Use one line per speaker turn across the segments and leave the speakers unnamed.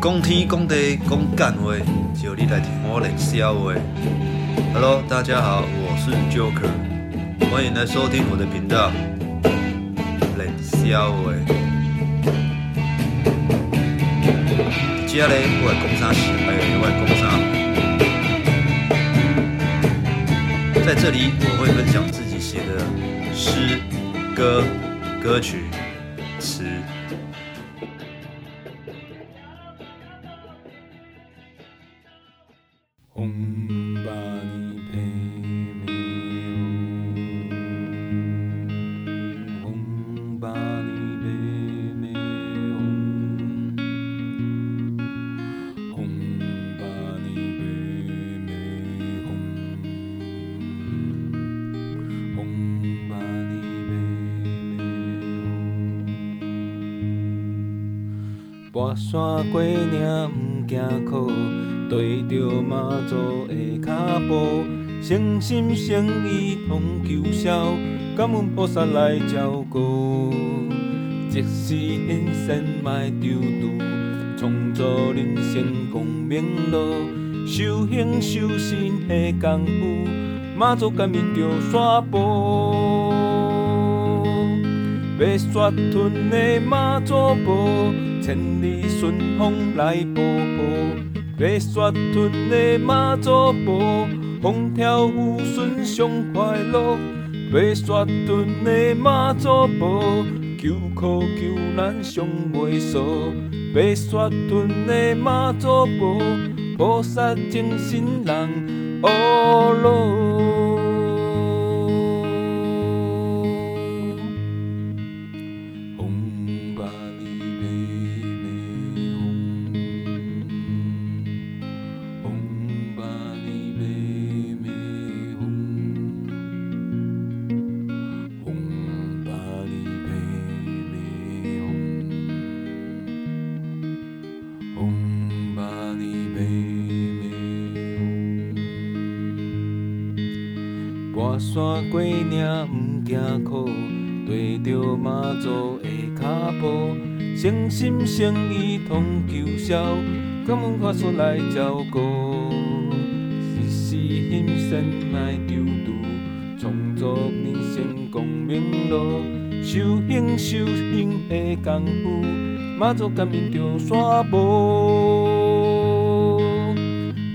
讲天讲地讲干话，只有你来听我冷笑话。Hello，大家好，我是 Joker，欢迎来收听我的频道冷笑话。接下来我来讲啥事，还有另外讲啥。在这里我会分享自己写的诗、歌、歌曲、词。
本場にペメオン本場にペメオン本場にペメオン本場にペメオン跋山过岭毋惊苦，对着妈祖的脚步，诚心诚意通求消，感恩菩萨来照顾。一时现身莫丢丢，创造人生光明路，修行修身的功夫，妈祖感应着山坡。白雪屯的妈祖婆，千里顺风来步步。白雪屯的妈祖婆，风调雨顺上快乐。白雪屯的妈祖婆，求苦求难上袂输。白雪屯的妈祖婆，菩萨精神人学咯。红巴尼贝贝红，红巴尼贝贝红，红巴尼贝贝红，红巴尼贝贝红。跋山过岭毋惊苦，对着妈祖的脚步，诚心诚意通求消，感恩法师来照顾。一时心善来丢丢，创造人生光明路，修行修行的功夫，妈祖感应着山无。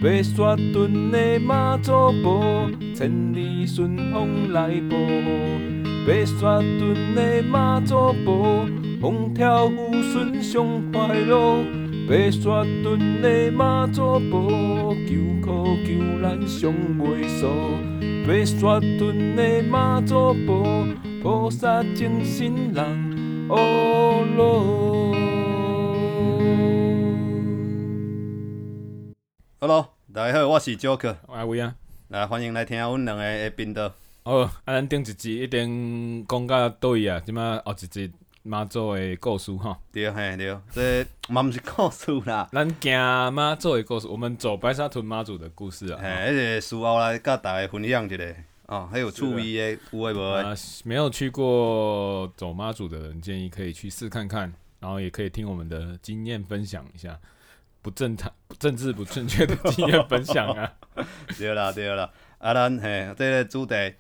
白雪屯的妈祖婆，千里顺风来保护。白雪屯的妈祖婆，风调雨顺上快乐。白雪屯的妈祖婆，求苦求难上袂输。白雪屯的妈祖婆，菩萨精神人学咯。
Hello，大家好，我是 Joker。
啊位啊，
来，欢迎来听阮两个的频道。
哦，啊咱顶一集一定讲到倒位啊，即摆后一集妈祖的故事吼，
对嘿对，这嘛毋是故事啦，
咱行妈祖的故事，我们走白沙屯妈祖的故事
嘿，
啊。
迄个事后来甲大家分享一下，哦，还有趣味的，有诶无诶，
啊，没有去过走妈祖的人，建议可以去试看看，然后也可以听我们的经验分享一下，不正常、政治不正确的经验分享啊。
对啦对啦。啊，咱嘿，这个主题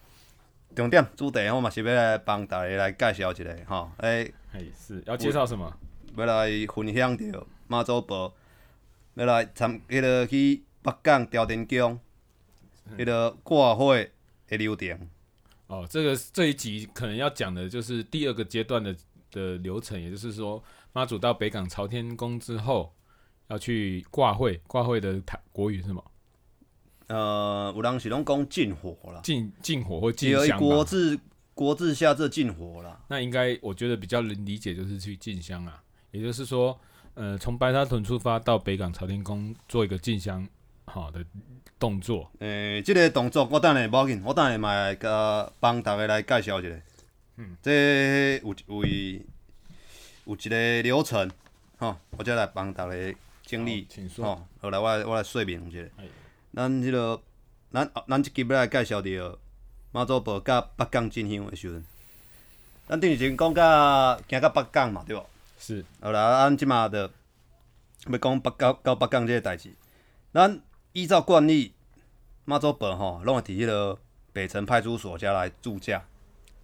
重点主题，我嘛是要来帮大家来介绍一下，吼、诶，
哎，是要介绍什么？
要来分享着马祖婆，要来参迄个去北港朝天宫，迄、个挂火的流程，
哦，这个这一集可能要讲的就是第二个阶段的的流程，也就是说，妈祖到北港朝天宫之后，要去挂会，挂会的台国语是什么？
呃，有人是拢讲进火啦，
进进火或进
只有一
香
国
吧？
字国字下这进火啦。
那应该我觉得比较能理解，就是去进香啊，也就是说，呃，从白沙屯出发到北港朝天宫做一个进香好的动作。
诶、即、个动作我等下无要紧，我等下嘛会甲帮大家来介绍一下。嗯，这有一位有一个流程，吼，我再来帮大家整理
好，请说
吼，后来我来我来说明一下
哎。
咱迄、落咱咱即集要来介绍着马祖婆甲北港进香的时阵，咱顶一前讲甲行到北港嘛，对无？
是
后来咱即马着要讲北到到北港即个代志，咱依照惯例，妈祖本吼，拢会伫迄个北城派出所遮来住驾，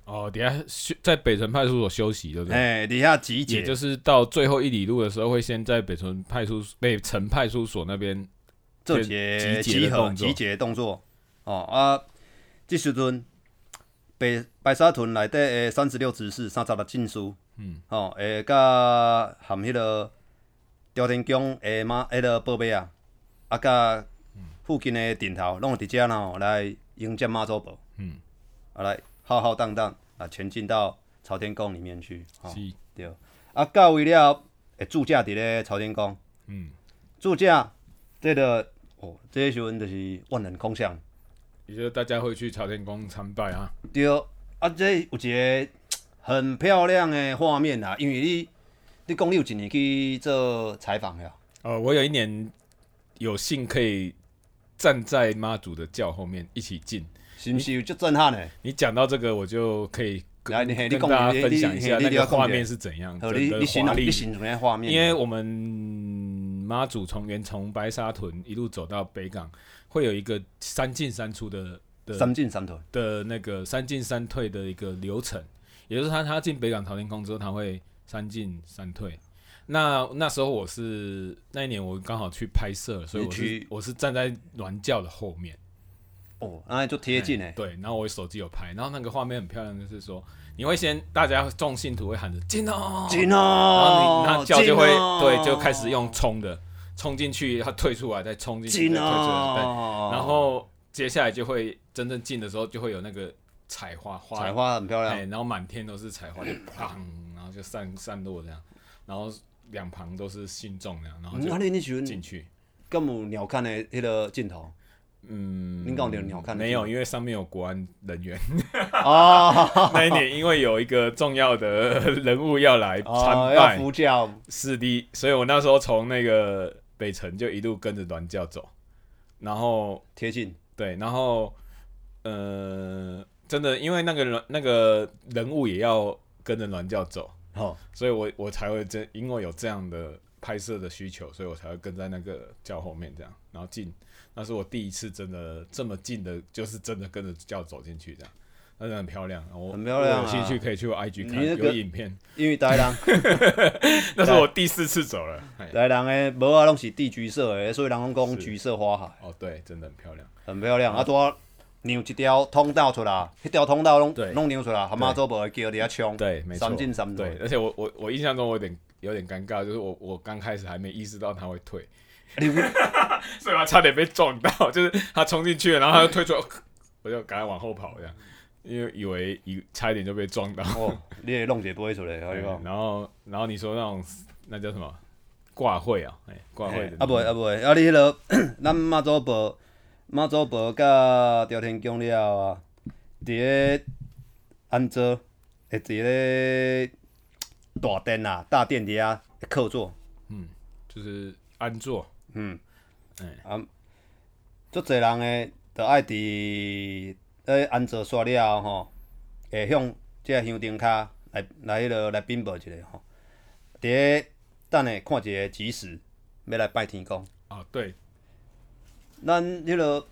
哦，底下休在北城派出所休息，对不对？
哎，伫遐集
也
结，
就是到最后一里路的时候，会先在北城派出北城派出所那边
做一个
集结
集
的
合
动作
集结的动作。哦啊，即时阵白白沙屯内底的三十六指示、三十六禁书，嗯，哦，会甲含迄个朝天宫的马迄个宝贝啊，啊，甲附近的镇头，拢有伫遮呢来迎接妈祖婆，
嗯，
啊来浩浩荡荡啊前进到朝天宫里面去，哦，
是
对，啊到位了，会驻驾伫咧朝天宫。
嗯，
住驾，这个哦，这些时阵就是万人空巷。
也就是大家会去朝天宫参拜啊。
对，啊，这有一个很漂亮的画面啦，因为你你讲你有一年去做采访了，
呃，我有一年有幸可以站在妈祖的轿后面一起进。
是毋是有足震撼的？
你讲到这个，我就可以
来
跟
你嘿
跟
你讲
大
你
家
嘿
分
你
享一
嘿
下
你
那
你要
个
讲
画
一下
面是怎样，
好，
真
你
的
你形
华
容
丽
你。形容那画面，
因为我们妈祖从原从白沙屯一路走到北港，会有一个三进三出的的
三进三退，
的那个三进三退的一个流程，也就是他他进北港朝天宫之后，他会三进三退。那那时候我是那一年我刚好去拍摄，所以我
你
是
去
我是站在銮轿的后面，
哦，安尼足贴近 的，
对，然后我手机有拍，然后那个画面很漂亮，就是说你会先大家众信徒会喊着进哦，
真
然后
哦，
你那轿就会
真哦
对就开始用冲的，冲进去，它退出来再冲进去，
真
再退出来，对，
哦，
然后接下来就会真正进的时候就会有那个彩花花
采花很漂
哎，
亮，
然后满天都是彩花，就砰，然后就散散落这样，然后两旁都是信众这样，然后
嗯啊
就
你那时
进
阵
去。
敢有鸟瞰的迄个镜头？
嗯，
你敢有点鸟看得
没有，
见
因为上面有国安 人员。
哦，
那一年因为有一个重要的 人物要来
哦
参
要
拜
扶教，
四 D，所以我那时候从那个北城就一路跟着銮轿走，然后
贴近，
对，然后呃，真的因为那个人那个人物也要跟着銮轿走，
吼、
所以我我才会这，因为有这样的拍摄的需求，所以我才会跟在那个轿后面这样，然后进。那是我第一次真的这么近的，就是真的跟着轿走进去这样，那真的很漂亮。我
很漂亮啊
我有兴趣可以去我 IG 看，
你那个
有影片。
因为台 人
那是我第四次走了。哎
台人的帽仔拢是地橘色的，所以人拢讲
是嗯
橘色花海
哦，对，真的很漂亮。
很漂亮。啊，拄啊让一条通道出来，迄条通道拢
对
拢让出来，蛤蟆做无会叫你遐冲，
对，没错。
三进三
对，
退。
而且我我我印象中我有点有点尴尬，就是我我刚开始还没意识到他会退， 所以他差点被撞到，就是他冲进去了，然后他就退出来， 我就赶快往后跑这样，因为以为以差一点就被撞到。
哦，你会弄一个杯出来，可以
对
讲。
然后然后你说那种那叫什么挂会啊？哎，挂会的
啊袂啊袂，啊你迄落咱妈祖婆妈祖婆甲朝天宫了后啊，伫咧安州会伫咧大殿啊大殿底下客座。
就是安坐，
嗯，
哎
啊，足侪人诶，着爱伫咧安坐煞了后吼，会向即个乡丁卡来来迄落来禀报一下吼。伫咧等下看一个吉时，要来拜天公。
啊，对，
咱迄落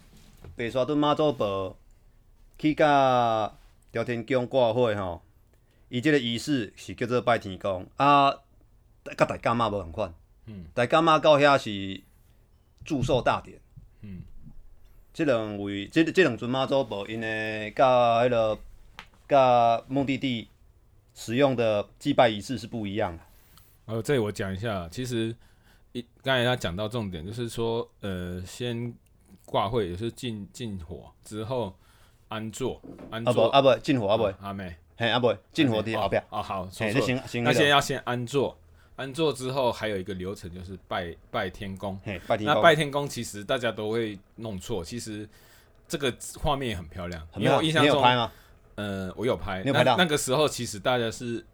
白沙墩妈祖婆去甲朝天宫挂火吼，伊即个仪式是叫做拜天公，啊，甲大干妈无共款。
嗯，
大干妈到遐是祝寿大典。
嗯，
即两位，即即两尊妈祖婆因诶甲迄落甲目的地使用的祭拜仪式是不一样的。啊
哦，这里我讲一下，其实一刚才他讲到重点，就是说，呃，先挂会，也是进进火之后安坐，安
啊无
坐
啊无进火啊袂，
阿妹
嘿啊袂进火伫后壁
哦，哦，嗯好，
嘿，
说错
你
了
先先
那
迄
先
落
要先安坐，安坐之后还有一个流程就是拜拜天公。
嘿拜天
那
公。
拜天公其实大家都会弄错，其实这个画面也很漂亮，
很
因为
漂
我
亮
印象
你有
中，
拍吗？
呃，我有拍，
你有拍到
那那个时候其实大家是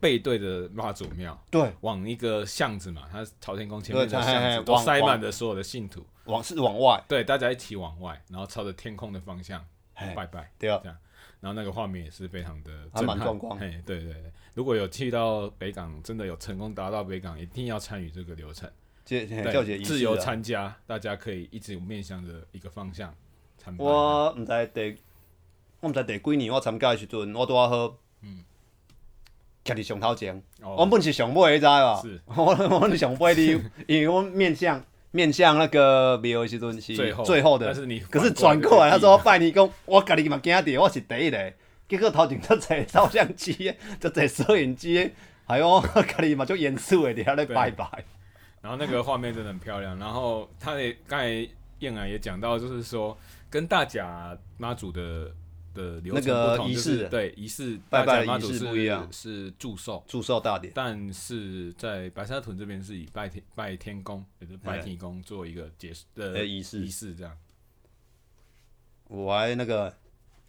背对着妈祖庙，
对，
往一个巷子嘛，它是朝天宫前面
对
的
嘿
巷
嘿
子都
往
塞满了所有的信徒，
往是往外，
对，大家一起往外，然后朝着天空的方向
嘿，
拜拜。
对啊，
然后那个画面也是非常的
还
震
蛮
撼，
壮观
嘿，对对对，如果有去到北港，真的有成功达到北港，一定要参与这个流程。
这嘿叫一个
对，
仪
自
式
由
啊。
参加，大家可以一直有面向着一个方向参拜。
我毋知第，我毋知第几年我参加的时阵，我拄啊好，徛伫上头前，我
嗯哦，
本是上尾，你知吧
是？
我我是上尾 哩，因为我面向面向那个庙的时阵是
最后
最后
但
的，
是你
可是
反
转
过
过
来
来，
就
他
是
说我拜你讲，我家己嘛惊着，我是第一个，结果头前遮坐照相机，遮坐摄影机，还有我家己嘛就严肃的伫遐咧拜拜，
然后那个画面真的很漂亮。然后他也刚才燕儿也讲到，就是说跟大甲妈祖的的流程
那
不
个
同，
仪
就
式
是对仪式，
拜
大
拜
甲
的
妈祖
仪式
是
不一样
是祝寿，
祝寿大典，
但是在白沙屯这边是以拜天拜天公，也就是
哎
拜天公做一个结束的
呃仪式
仪式这样。
我还那个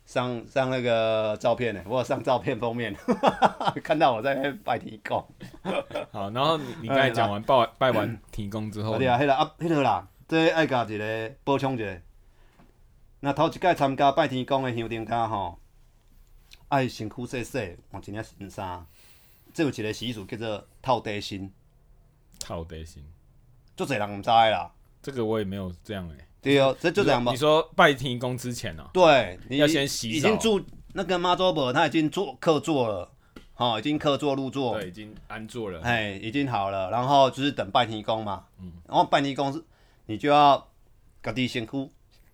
上上那个照片呢，我有上照片封面， 看到我在那边拜天公。
好，然后你你刚才讲
哎
完拜拜完天公之后
啊，对啊，迄个啊，迄个啦，这爱甲一个补充一下。若头一届参加拜天公的乡丁卡吼，爱身躯洗洗，换一领新衫。这有一个习俗叫做套地心，
套得行，
足侪人毋知的啦。
这个我也没有这样哎、欸。
对哦，这足侪人无
你。说拜天公之前哦、
对，你
要先洗
已
澡
经住那个妈祖婆，他已经做客座了，吼、已经客座入座。
对，已经安坐了，
哎，已经好了，然后就是等拜天公嘛。
嗯
然后拜天公是，你就要家己身躯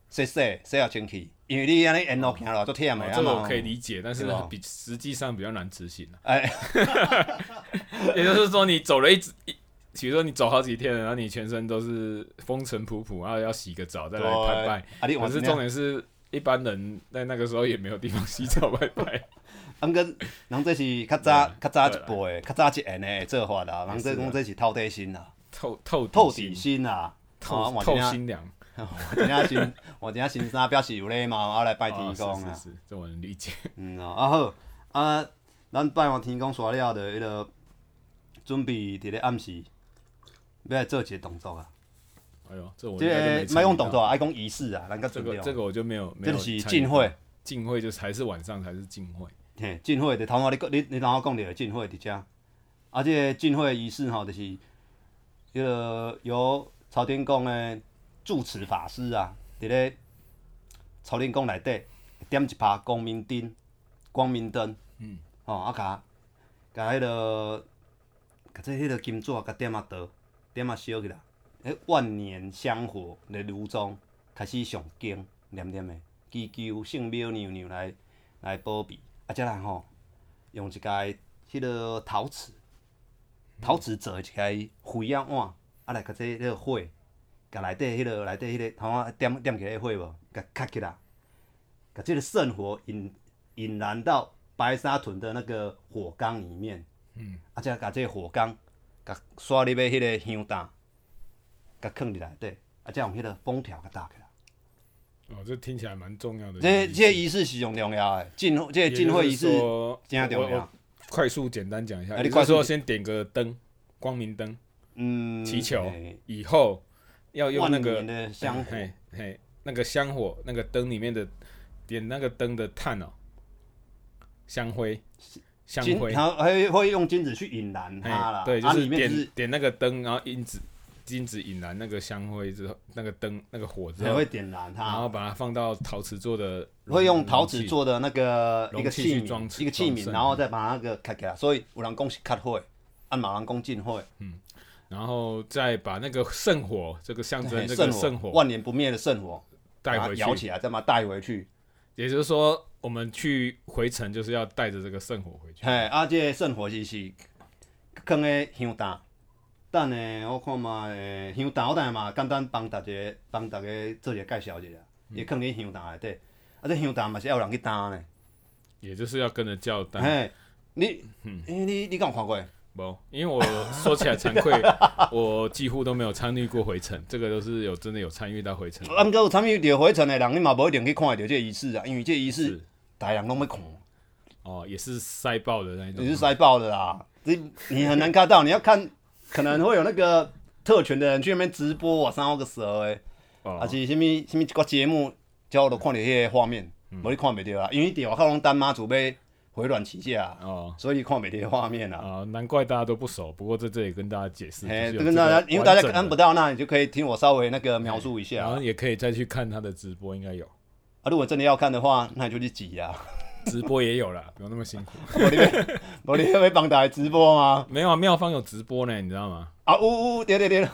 洗洗洗好清气，因为你安尼沿路行落足忝的
哦
啊
这个我
嘛
可。以理解，但是
对吧
比实际上比较难执行、啊、
哎，
也就是说，你走了一直一，比如说你走好几天了，然后你全身都是风尘仆仆，然后要洗个澡再来参拜。
啊你
可
换
是
一
重
领，
点是一般人在那个时候也没有地方 洗澡拜拜。
俺个啊人这是较早较早一
对啦啊
辈的、较早一下的做法啦，人这
也是啊
讲这是透底薪啦，
透透
透
心
底薪啦。啊
透
换
透
一领
心凉，
我今仔新，我今仔新衫表示有礼貌，我来拜天公
哦
啊。
是是是，这我能理解。
嗯哦，啊好，啊，咱拜完天公煞了，就迄落准备伫咧暗时，要来做一个动作啊。
哎呦，这我
即
应该
个莫
就没参
讲
与到
动作，啊，爱讲仪式啊，咱较
这
重
个
要。
这个我就没有没有
这
参
是
与到。
进会，
进会就是还是晚上才是进会。
嘿，进会就头先你讲你你头先讲着进会伫遮，啊，即个进会仪式吼，就是迄落由朝天宫的住持法师啊，伫咧朝天宫内底点一拍光明灯，光明灯，嗯，吼、啊甲甲迄落甲这迄落金纸甲点啊倒，点啊烧去啦，迄万年香火咧炉中开始上经，念念的祈求圣母娘娘来来保庇，啊，遮人吼用一个迄落陶瓷，陶瓷做的一个灰仔碗，啊来甲这迄落火，甲内底迄落内底迄个头啊点点起来的火无，甲卡起来，甲即个圣火引引燃到白沙屯的那个火缸里面，嗯，啊，则甲这个火缸甲刷入去迄个香炭，甲囥伫内底，啊，则用迄个封条甲搭起来。
哦，这听起来蛮重要的。
这这仪式是上重要的，进这个进会仪式
也就是说
真重
我
要
我。快速简单讲一下，
啊
也
你
就是说
快速
先点个灯，光明灯，
嗯，
祈求
嘿
以后要用
万
那
年
个
的香火，
嘿嘿，那个香火，那个灯里面的点那个灯的炭哦，香灰，香
金，
灰，
它会会用金子去引燃它啦
嘿，。对，就
啊
是
里面
点
就是
点那个灯，然后因子金子引燃那个香灰之后，那个灯那个火之
才
后
会，点燃
然后
它，
把它放到陶瓷做的容，
会用陶瓷
容器
做的那个
容
一个
器
器
去装
皿，一个器
装
皿，
盛
然后再把那个卡起来。所以有人讲是卡火，啊，有人讲进火，
然后再把那个圣火这个象征
嘿
这个
哎圣
圣
火，
火
万年不灭的圣火，
带
把它
回
摇
去，
起来，再把它带回去。
也就是说，我们去回程就是要带着这个圣火回去。
嘿，啊，这个圣火是是放咧香炭，等下我看嘛，诶，香炭我等下嘛简单帮大家帮大家做一个介绍一下，伊放咧香炭内底，啊，这香炭嘛是要有人去担咧。
也就是要跟着叫单。
嘿，你，诶，你你敢有看过？啊
不，因为我说起来惭 愧，我几乎都没有参与过回程，这个都是有真的有参与到回程。
啊，毋过有参与着回程的人，你嘛无一定去看会着这个仪式啊，因为这个仪式
是
大家人拢要看，
哦，也是塞爆的那一
你是
种。
塞爆的啦，你你很难看到，你要看可能会有那个特权的人去那边直播啊，三个蛇诶。啊
哦，
是啥物啥物
嗯
一个节目，之后就看着迄个画面，无、你看袂着啊，因为伫外口拢等妈祖要回暖起价啊，
哦
所以你看不到画面啊。
啊，难怪大家都不熟。不过在这里跟大家解释，
嘿，
就是有
跟大家
这，个
因为大家
完整的
看不，到，那你就可以听我稍微那个描述一下
然
啊
后。也可以再去看他的直播，应该有
啊如果真的要看的话，那你就去挤啊。
直播也有啦，不用那么辛苦。
我你要，我你要被帮台直播吗？
没有啊，妙方有直播呢，你知道吗？
啊呜呜，对对对，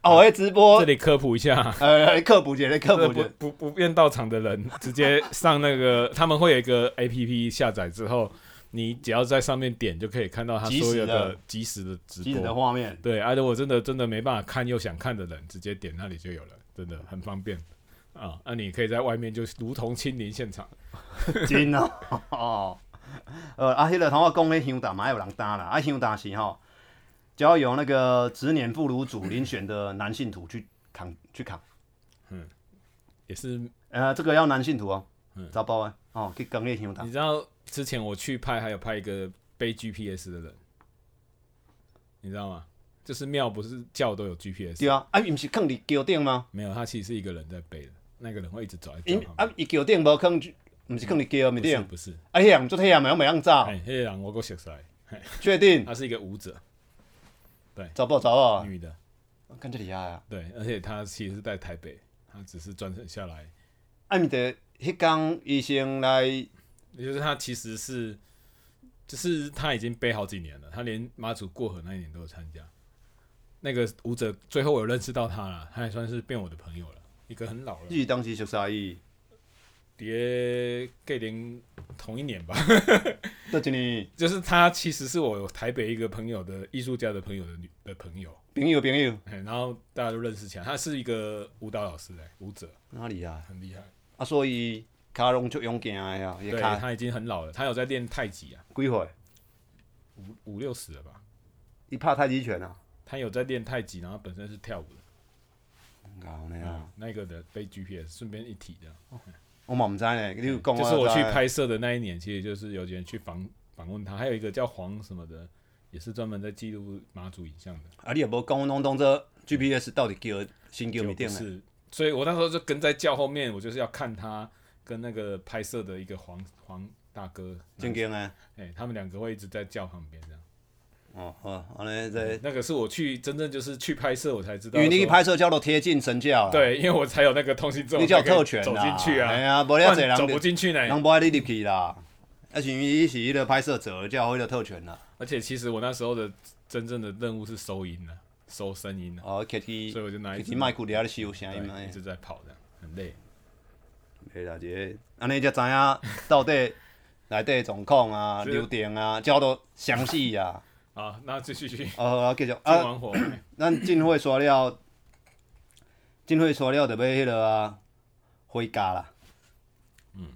啊，我的直播
这，里科普一下，
呃，科普姐，来科
不
普姐，
不不便到场的人，直接上那个他们会有一个 A P P 下载之后，你只要在上面点就可以看到他所有的即时的直
即时的
播。
画面。
对，啊，如果真的真的没办法看又想看的人，直接点那里就有了，真的很方便啊。那、你可以在外面就如同亲临现场。
真哦，哦，呃，啊，迄、个同我讲，迄香打嘛还有人打啦，啊，香打是吼，只要有那个直年副乳组遴选的男性图去扛去扛，
也是，
呃，这个要男性图哦
嗯，
查包啊，哦，去讲迄香打
你，知道之前我去拍，还有拍一个背 GPS 的人，你知道吗？就是庙不是教都有 GPS，
对啊，啊，伊毋是扛伫桥顶吗？
没有，他其实是一个人在背的，那个人会一直走在
因
教旁
啊，伊桥顶无扛，毋是扛伫桥面
边，
顶，
不是不是，
啊，迄啊人做迄人，袂晓走，
哎，那个人我够熟悉，
确定，
他是一个舞者，
走不走啊？
女的，
看这厉害啊！
对，而且他其实是在台北，他只是专程下来，
啊，毋得迄工医生来，
也就是他其实是，就是他已经背好几年了，他连妈祖过河那一年都有参加。那个舞者最后我有认识到他了，他也算是变我的朋友了，一个很老了
你，是当时熟悉伊，
别给零同一年吧，
倒一年
就是他其实是我台北一个朋友的艺术家的朋友的女的朋友，
朋友朋友，
哎，然后大家都认识起来。他是一个舞蹈老师哎、舞者
哪里啊？
很厉害。
啊，所以卡拢足勇行的啊，伊
对，
卡
他已经很老了，他有在练太极啊，
几岁？
五五六十了吧。
伊拍太极拳啊，
他有在练太极，然后本身是跳舞的。
搞呢啊！
嗯，那个的被 GPS 顺便一提的，
我嘛毋知呢，你有讲
嗯
啊
就是我
知
去拍摄的那一年，其实就是有几人去访访问他，还有一个叫黄什么的，也是专门在记录马祖影像的。
啊，你也无讲，拢当做 GPS 到底叫新叫
就
没啊
不
定呢？
是，所以我那时候就跟在教后面，我就是要看他跟那个拍摄的一个黄黄大哥，
真经诶，
哎、他们两个会一直在教旁边这样。
哦好，安尼这，
那个是我去真正就是去拍摄，我才知道
因
说。
为你去拍摄叫做贴近神教啦，，
对，因为我才有那个通行证，
你才有
我才可以
特权
走
啦，
进去
哎
啊，
呀，无
不
你
然
遐侪人
走不
就
进去呢。
人无爱你入去啦，啊，是因为伊是迄个拍摄者叫迄个特权啦，
而且其实我那时候的真正的任务是收音呢、收声音呢、啊
哦，客去
所以我就拿一
客
支
去麦克伫遐咧收声音嘛，
对
哎
一直在跑这样，很累。
袂啦，一个安尼才知影到底内底的状况啊、
是
流程啊，交到详细啊。
好，那继续去进
呃，继续啊，
完火，
咱进会刷了，进会刷了就要迄落啊，回家啦。嗯，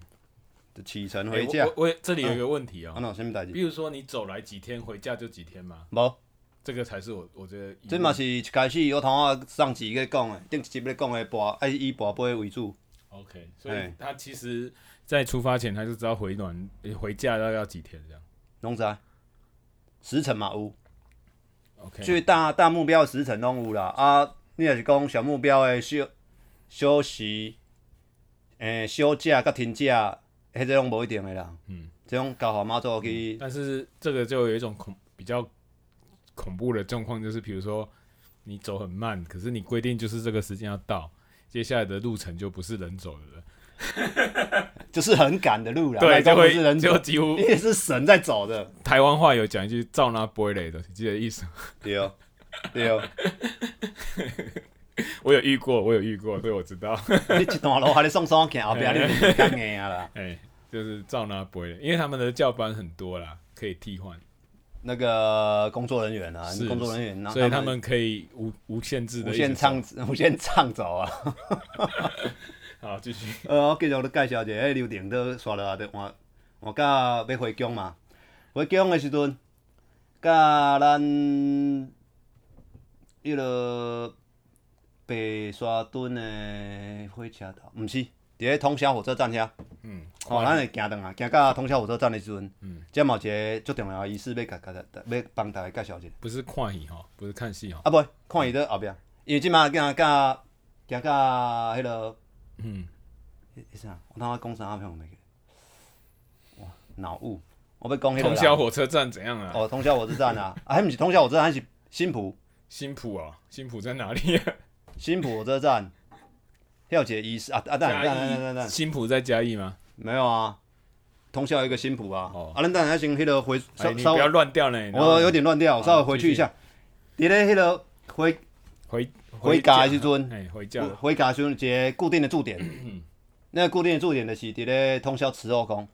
就启程回家
哎。我我我这里有一个问题哦、
啊，那有啥物代志？
比如嗯说你走来几天，回家就几天嘛，
无，
这个才是我我觉得疑问
这嘛是一开始我头啊上集咧讲的，顶一集咧讲的跋，爱以跋杯为主。
OK，所以
哎
他其实，在出发前他就知道回暖诶回家要要几天这样。
拢知。时辰嘛有，
OK，
最大大目标的时辰拢有啦。啊，你若是讲小目标的休休息，诶、休假甲停假，迄种无一定的啦。
嗯，
这种交互妈祖去，
但是这个就有一种恐比较恐怖的状况，就是比如说你走很慢，可是你规定就是这个时间要到，接下来的路程就不是人走的了，
就是很赶的路啦。那
对，
种不
就
是
会
人
就
走，
几乎
也是神在走的。
台湾话有讲一句“照那不会累的”，你记得意思吗？
对哦，对 哦，
我有遇过，我有遇过，所以我知道。
你一段路还咧送送行，后壁你就较硬啊啦。
哎、就是照那不会累，因为他们的教班很多啦，可以替换。
那个工作人员啊，
是
工作人员，
所以他们可以无无限制的
无限唱，无限唱走啊。
好，继续。
呃，我继续咧介绍一下，迄流程都刷落来，就换换到要回宫嘛。回宫的时阵，甲咱迄落白沙墩的火车头，毋是，伫咧通宵火车站遐。
嗯，
吼、咱会行转啊，行到通宵火车站的时阵，即嘛有一个足重要的仪式要甲甲要帮大家介绍一下。
不是看戏哈，不是看戏哈。
啊，袂看伊在后壁，因为即嘛行到行到迄落。
嗯，
迄啥？我头仔讲啥我听袂记。哇，脑雾！我要讲迄个
通
啦
宵火车站怎样啊？
哦，通宵火车站啊，啊，迄毋是通宵火车站，迄是新浦
新浦啊，新浦在哪 里、啊？
新浦火车站，遐有一个医师啊啊，等下等下等下等下等
嘉义，
下，
新浦在嘉义吗？
没有啊，通宵有一个新浦啊，
哦
啊，咱等下先迄个回
哎，
稍
你
稍
不要
微，
乱哦掉呢。
我有点乱掉，
好
稍微回去一下，伫咧迄个回
回
回家的时阵
哎，回家了
回家时阵有一个固定的驻点，
嗯
那个固定的驻点就是伫咧通宵慈后宫，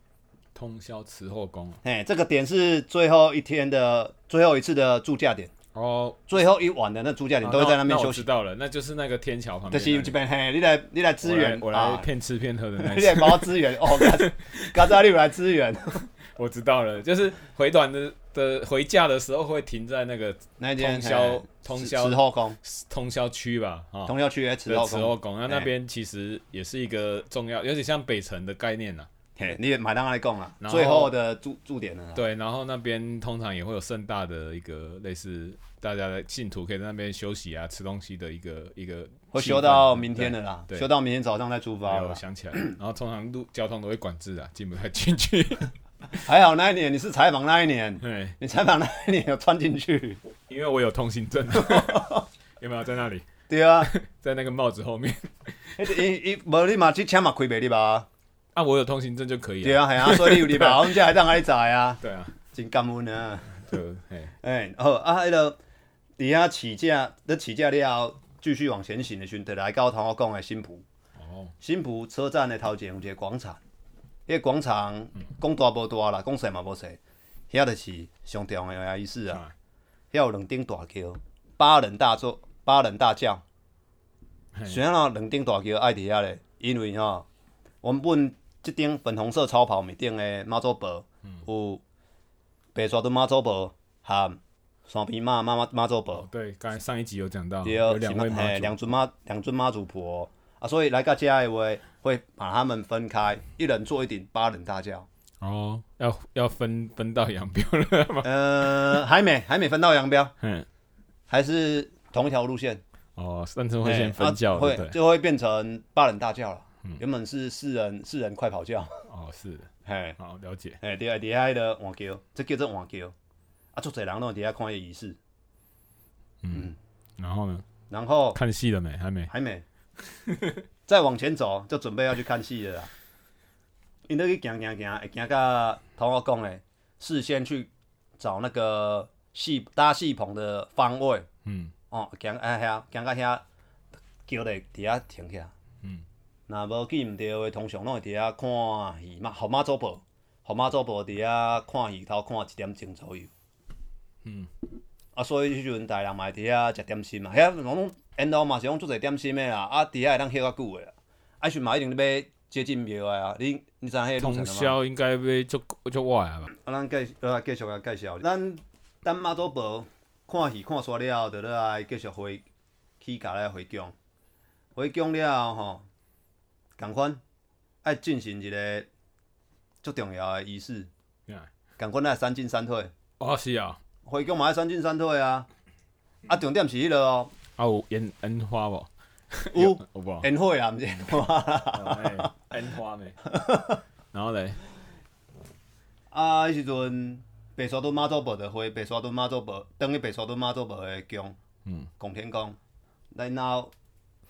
通宵慈后宫啊
嘿，这个点是最后一天的最后一次的驻驾点，
哦，
最后一晚的那驻驾哎点都会在那边
我
休
知
息，
道了，啊那就是那个天桥旁
就
边
是
那
这
里。
边嘿，你来你来支援
我来我
啊
来。骗吃骗喝的那
你
一
得
次，
帮我支援哦， 嘎嘎扎利有来支援，
我知道了，就是回短的的回家的时候会停在那个
那间
通宵
嘿
通
十
宵
十后宫，
通宵区吧，啊，
通宵区也十
的
后
慈
宫，哎
后宫，那那边其实也是一个重要，有点像北城的概念啊呐、
嘿，你也买单来供了，
然后
最后的驻驻点了啦，
对，然后那边通常也会有盛大的一个类似大家的信徒可以在那边休息啊、吃东西的一个一个气氛。啊
会休到明天的啦，
对
休到明天早上再出
对。
发
哎我
了。
想起来了，然后通常路交通都会管制啊，进不太进 去。
还好那一年你是采访那一年，
对，
你采访那一年有穿进去，
因为我有通行证，啊有没有在那里？
对啊，
在那个帽子后面
迄伊伊无你嘛去签嘛开袂入啊，
啊，我有通行证就可以
对
了。
啊，系啊，所以你有入 啊，我们才会当来载啊，
对啊，
真感恩啊。
对，哎，
哎、好啊，迄个伫遐起价，咧起价了后，继续往前行的时阵，就来到头我讲的新浦。
哦，
新浦车站的头前有一个广场，迄个广场讲大无大啦，讲细嘛无细，遐就是上重要的仪式啊。
啊，
遐有两顶大桥，八人大座，八人大轿。
嘿
虽然啊，两顶大桥爱伫遐咧，因为吼，原本即顶粉红色超跑面顶的妈祖婆，
嗯
有白沙墩妈祖婆含山边妈妈妈妈祖婆。
哦，对，刚才上一集有讲到，
对，哦
有两
是
位
嘛
妈
嘿
祖
两尊妈两尊妈祖婆啊，所以来到家的话，会把他们分开，一人坐一顶八人大 轿。
哦，要要分分道扬镳了 吗？
呃，还没还没分道扬镳，
嗯，
还是同一条路线，
哦，上次会先
嘿
分教
啊
对不嗯
会
对？
就会变成八人大轿了。原本是四人四人快跑轿，
哦，是，
嘿，
好了解。
嘿，对，啊底下的换轿，这叫做换轿。啊，足侪人拢伫遐看伊仪式，
然后呢？
然后
看戏了没？还没。
还没，再往前走就准备要去看戏了啦。因那去行行行，会行到同我讲的，事先去找那个戏搭戏棚的方位
嗯，
哦，行啊遐，行到遐叫咧伫遐停起来。
嗯，
若无记毋对的，通常拢会伫遐看戏嘛，号码周报，号码周报伫遐看戏，头看一点钟左右。
嗯，
啊，所以迄阵大人嘛会伫遐食点心嘛，遐拢沿路嘛是讲做者点心的啦，啊，伫遐会当歇较久的啦。啊，迄阵嘛一定要接近庙的啊，你你知影迄个路
通
程了吗？
宵应该要就就外了吧？
啊，咱继呃继续来介绍，咱等妈祖婆看戏看煞了后，就咧来继续回去家来回宫。回宫了后吼，共款爱进行一个足重要的仪式，共款爱三进三退。
哦，是啊，
回宫嘛爱三进三退啊，啊重点是迄落哦，
啊有烟烟花不？
有
有不？
烟火啦，毋是 烟火啦。
烟 花没？然后嘞，
啊，迄时阵白沙墩妈祖婆的花，白沙墩妈祖婆，等于白沙墩妈祖婆的宫，
嗯，
拱天宫，然后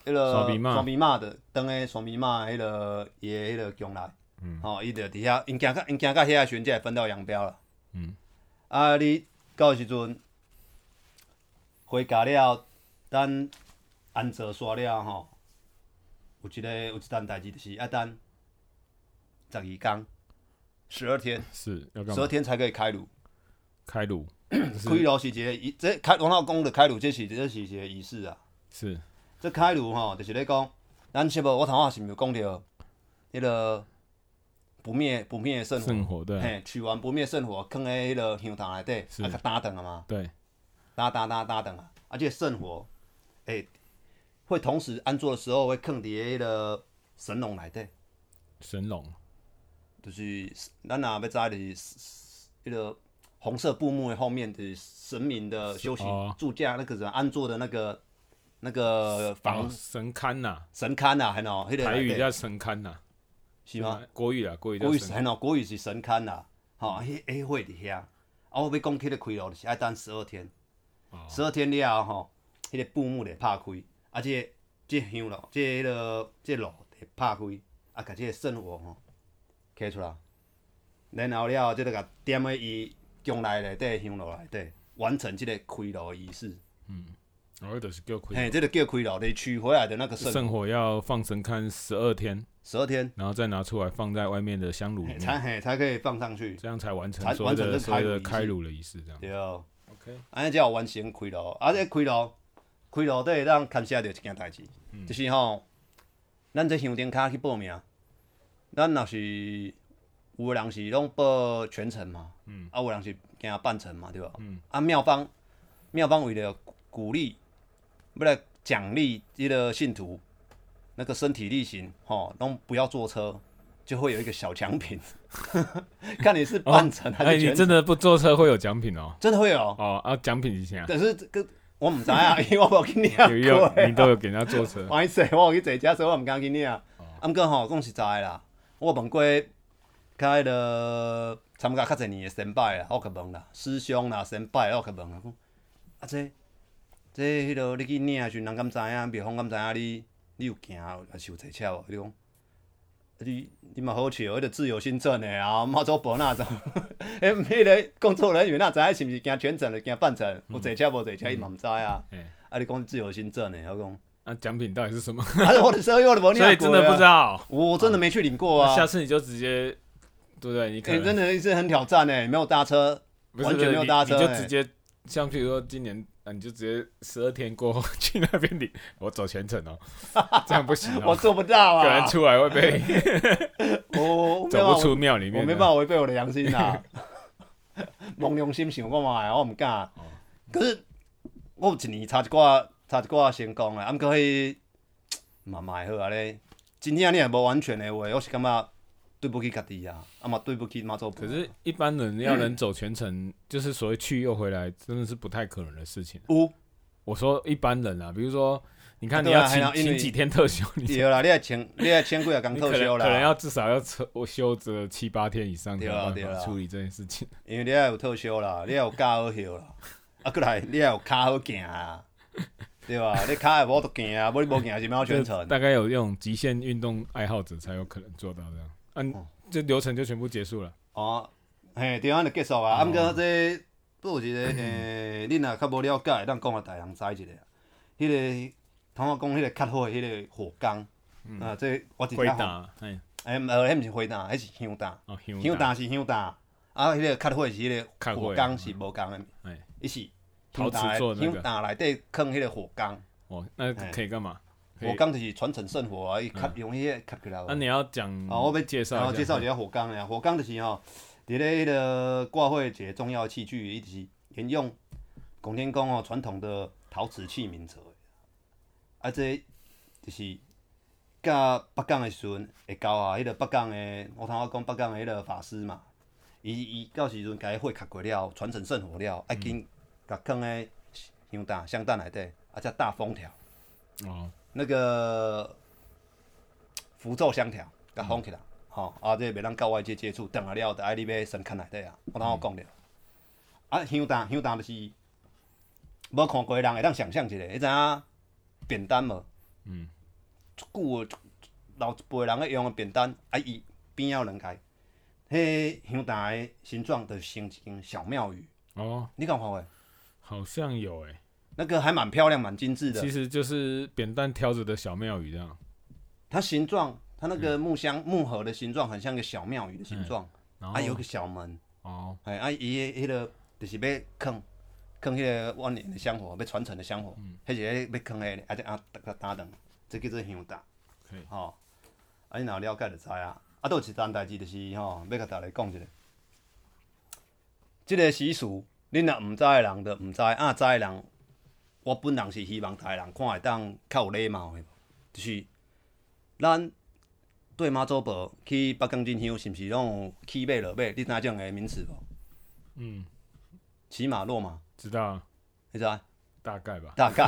迄落
山边妈
山边妈的，等于山边妈迄落伊的迄落宫内，
嗯
吼、伊就伫遐，因行到因行到遐的时阵，才会分道扬镳啦。
嗯，
啊，你到时阵回家了，等安坐煞了吼，有一个有一单代志就是要等十二天，十二天。
是要干
十二
嘛？
天才可以开炉。
开炉
开炉是一个仪，这开王老公的开炉，这是这是一个仪式啊。
是
这开炉吼，就是咧讲，咱是无我头下是毋是有讲着迄个不灭不灭圣火，
圣火对啊
嘿，取完不灭圣火，放咧迄个香坛内底，
是
啊，甲打断啊嘛，
对，
打打打打断啊，啊，这个圣火，诶、会同时安坐的时候会放伫迄个神笼内底，
神
嗯
龙
就是咱若要知道就是迄个红色布幕的后面的神明的休息
哦
住家那个人安坐的那个那个
哦
房
神龛呐，
神龛啊，还有迄个
台语
内底
叫神龛呐，
是吗？？
国语啊，国语叫
国语
神
还有国语是神龛啦，啊吼，迄迄火伫遐，啊，我要讲迄个开路就是爱等十二天，
哦
十二天了后吼，迄、个布幕就拍开，啊，即、个即、个香炉，即、个迄落即、个炉就拍开，啊，甲即个圣火吼，摕出来，然后了后，即个甲点喺伊将内内底的香炉内底，完成即个开炉的仪式。
然后就是叫
嘿，
亏
这个叫开炉，你取回来的那个圣
圣火要放生看十二天，
十二天，
然后再拿出来放在外面的香炉里
嘿
面，
才嘿才可以放上去。
这样才完成
才
所谓
完成
的
这
所谓的
开
开
炉
炉的仪式。这样
对，哦
，OK，
安尼才有完成开炉。啊，这开炉，开炉底咱牵涉到一件代志，
嗯
就是吼，咱这乡顶卡去报名，咱若是有的人是拢报全程嘛，
嗯
啊，有的人是行半程嘛，对吧？啊，妙方妙方为了鼓励，为了奖励这个信徒那个身体力行，吼，拢不要坐车。就会有一个小奖品， 看你是半程还
哎，
是
你
全
真
程，
的不坐车会有奖品哦。
真的会有哦
哦啊，奖品是啥？
但是这个我唔知啊，因为我无去领
有有，你都
过。。
有给人家坐车
歹势，我有去坐车，所以我毋敢去领。啊，毋过吼，讲实在的啦，我问过较迄落参加较侪年的先拜啦，我去问啦，师兄啦、先拜，我去问啦，讲啊这这迄落你去领的时阵，人敢知影？庙方敢知影你你有行还是有坐车无？你讲。啊你你嘛好笑，迄个自由新政的啊，妈祖婆那种， 迄迄个工作人员那知影是毋是行全程就行半程，有坐车无坐车伊嘛毋知啊。
哎，
啊，你讲自由新政的，我讲，
那奖品到底是什么？
啊，我的时候我的无领
所以真的不知道。
我真的没去领过啊。
下次你就直接，对不对？你可
哎，
能
真的是很挑战诶，没有搭车，
不是
完全没有
你
搭车
你就
欸
直接像譬如说今年啊，你就直接十二天过后去那边领， 我走全程哦，这样不行
我
哦，
做不到
不然
啊。
出来会被
我 我没
走
办
不
法，
出庙里面。啊
我没办法，违背我的良心 啊。蒙良心想看嘛，我毋敢。
哦
可是我有一年差一寡，差一寡成功诶，啊，毋过迄嘛嘛会好啊咧。真正你若无完全诶话，我是感觉对不起家己啊，啊嘛对不起妈祖婆。
可是，一般人要能走全程，就是所谓去又回来，真的是不太可能的事情。
有
我说一般人啊，比如说，你看你
对啊
要
还
请
要因为
请几天特休，你
对啦，你也请，你也请几啊工
你可
特
能
休啦。
可能要至少要抽休这七八天以上才
对
有
啊
办
对
法
啊
处理这件事情。
因为你也有特休 啦，你也有教好休啦，啊，过来你也有骹好行啊，对吧？你骹会无得行啊，无你无行是要全
这
程。
大概有这种极限运动爱好者才有可能做到这样。嗯、
哦
这流程就全部结束了。
哦，嘿，对，安就结束
哦
啊。啊，毋过这不有一个 诶，恁若较无了解，咱讲互大人知一下。迄个头仔讲迄个较好诶，迄个火缸，
嗯
啊，这我真
回
正好。
答，哎，
哎，无，迄毋是火炭，迄是香炭。
哦，香
香
打，
炭是香炭，啊，迄个较好诶是迄
较
个
火
火
的
缸是无共诶，
哎，
伊是
陶瓷做的那个
香炭内底放迄个火缸。
哦，那可以干嘛？可以
火。缸就是传承圣火啊，伊吸用迄个吸起来。
那嗯你要讲
啊，我要
介绍一
然
下，
后介绍一下火缸啊。火缸就是吼，伫咧迄个挂会一个重要器具，伊就是沿用拱天宫吼传统的陶瓷器皿做的。啊，这就是甲北港的时阵会交啊，迄、个北港的，我头仔讲北港的迄个法师嘛，伊伊到时阵甲伊火吸过了，传承圣火了，啊，紧甲放咧香炭香炭内底，啊，则大封条。
哦，
那个符咒香条，甲封起来，吼、啊，这袂当甲外界接触，等下了就爱你要先看内底啊，我当我讲着。啊，香炭香炭就是无看过的人会当想象一下，你知影扁担无？
嗯，
足久的老一辈人咧用的扁担，啊，伊边仔有两间，迄香炭的形状就成一间小庙宇，
哦，
你敢有看过？
好像有哎、
那个还蛮漂亮，蛮精致的
其。实就是扁担挑着的小庙宇这样，
它形状，它那个木箱、木盒的形状很像一个小庙宇的形状，
然后、
啊有个小门，
哦，
哎啊伊的迄个就是要放放迄个万年的香火，要传承的香火，迄是个要放的，啊只啊搭搭灯，这叫做香搭
可以，
吼、啊你若有了解就知啊。啊，倒有一件代志就是吼、要甲大家讲一下，即、个习俗，恁若毋知的人就毋知，啊知的人，我本人是希望大家人看会当较有礼貌的，就是。咱对妈祖婆去北港进香，是毋是拢有起码落尾？你知影种个名词无？
嗯，
骑马落马，
知道啊
你知道？
大概吧，
大概。。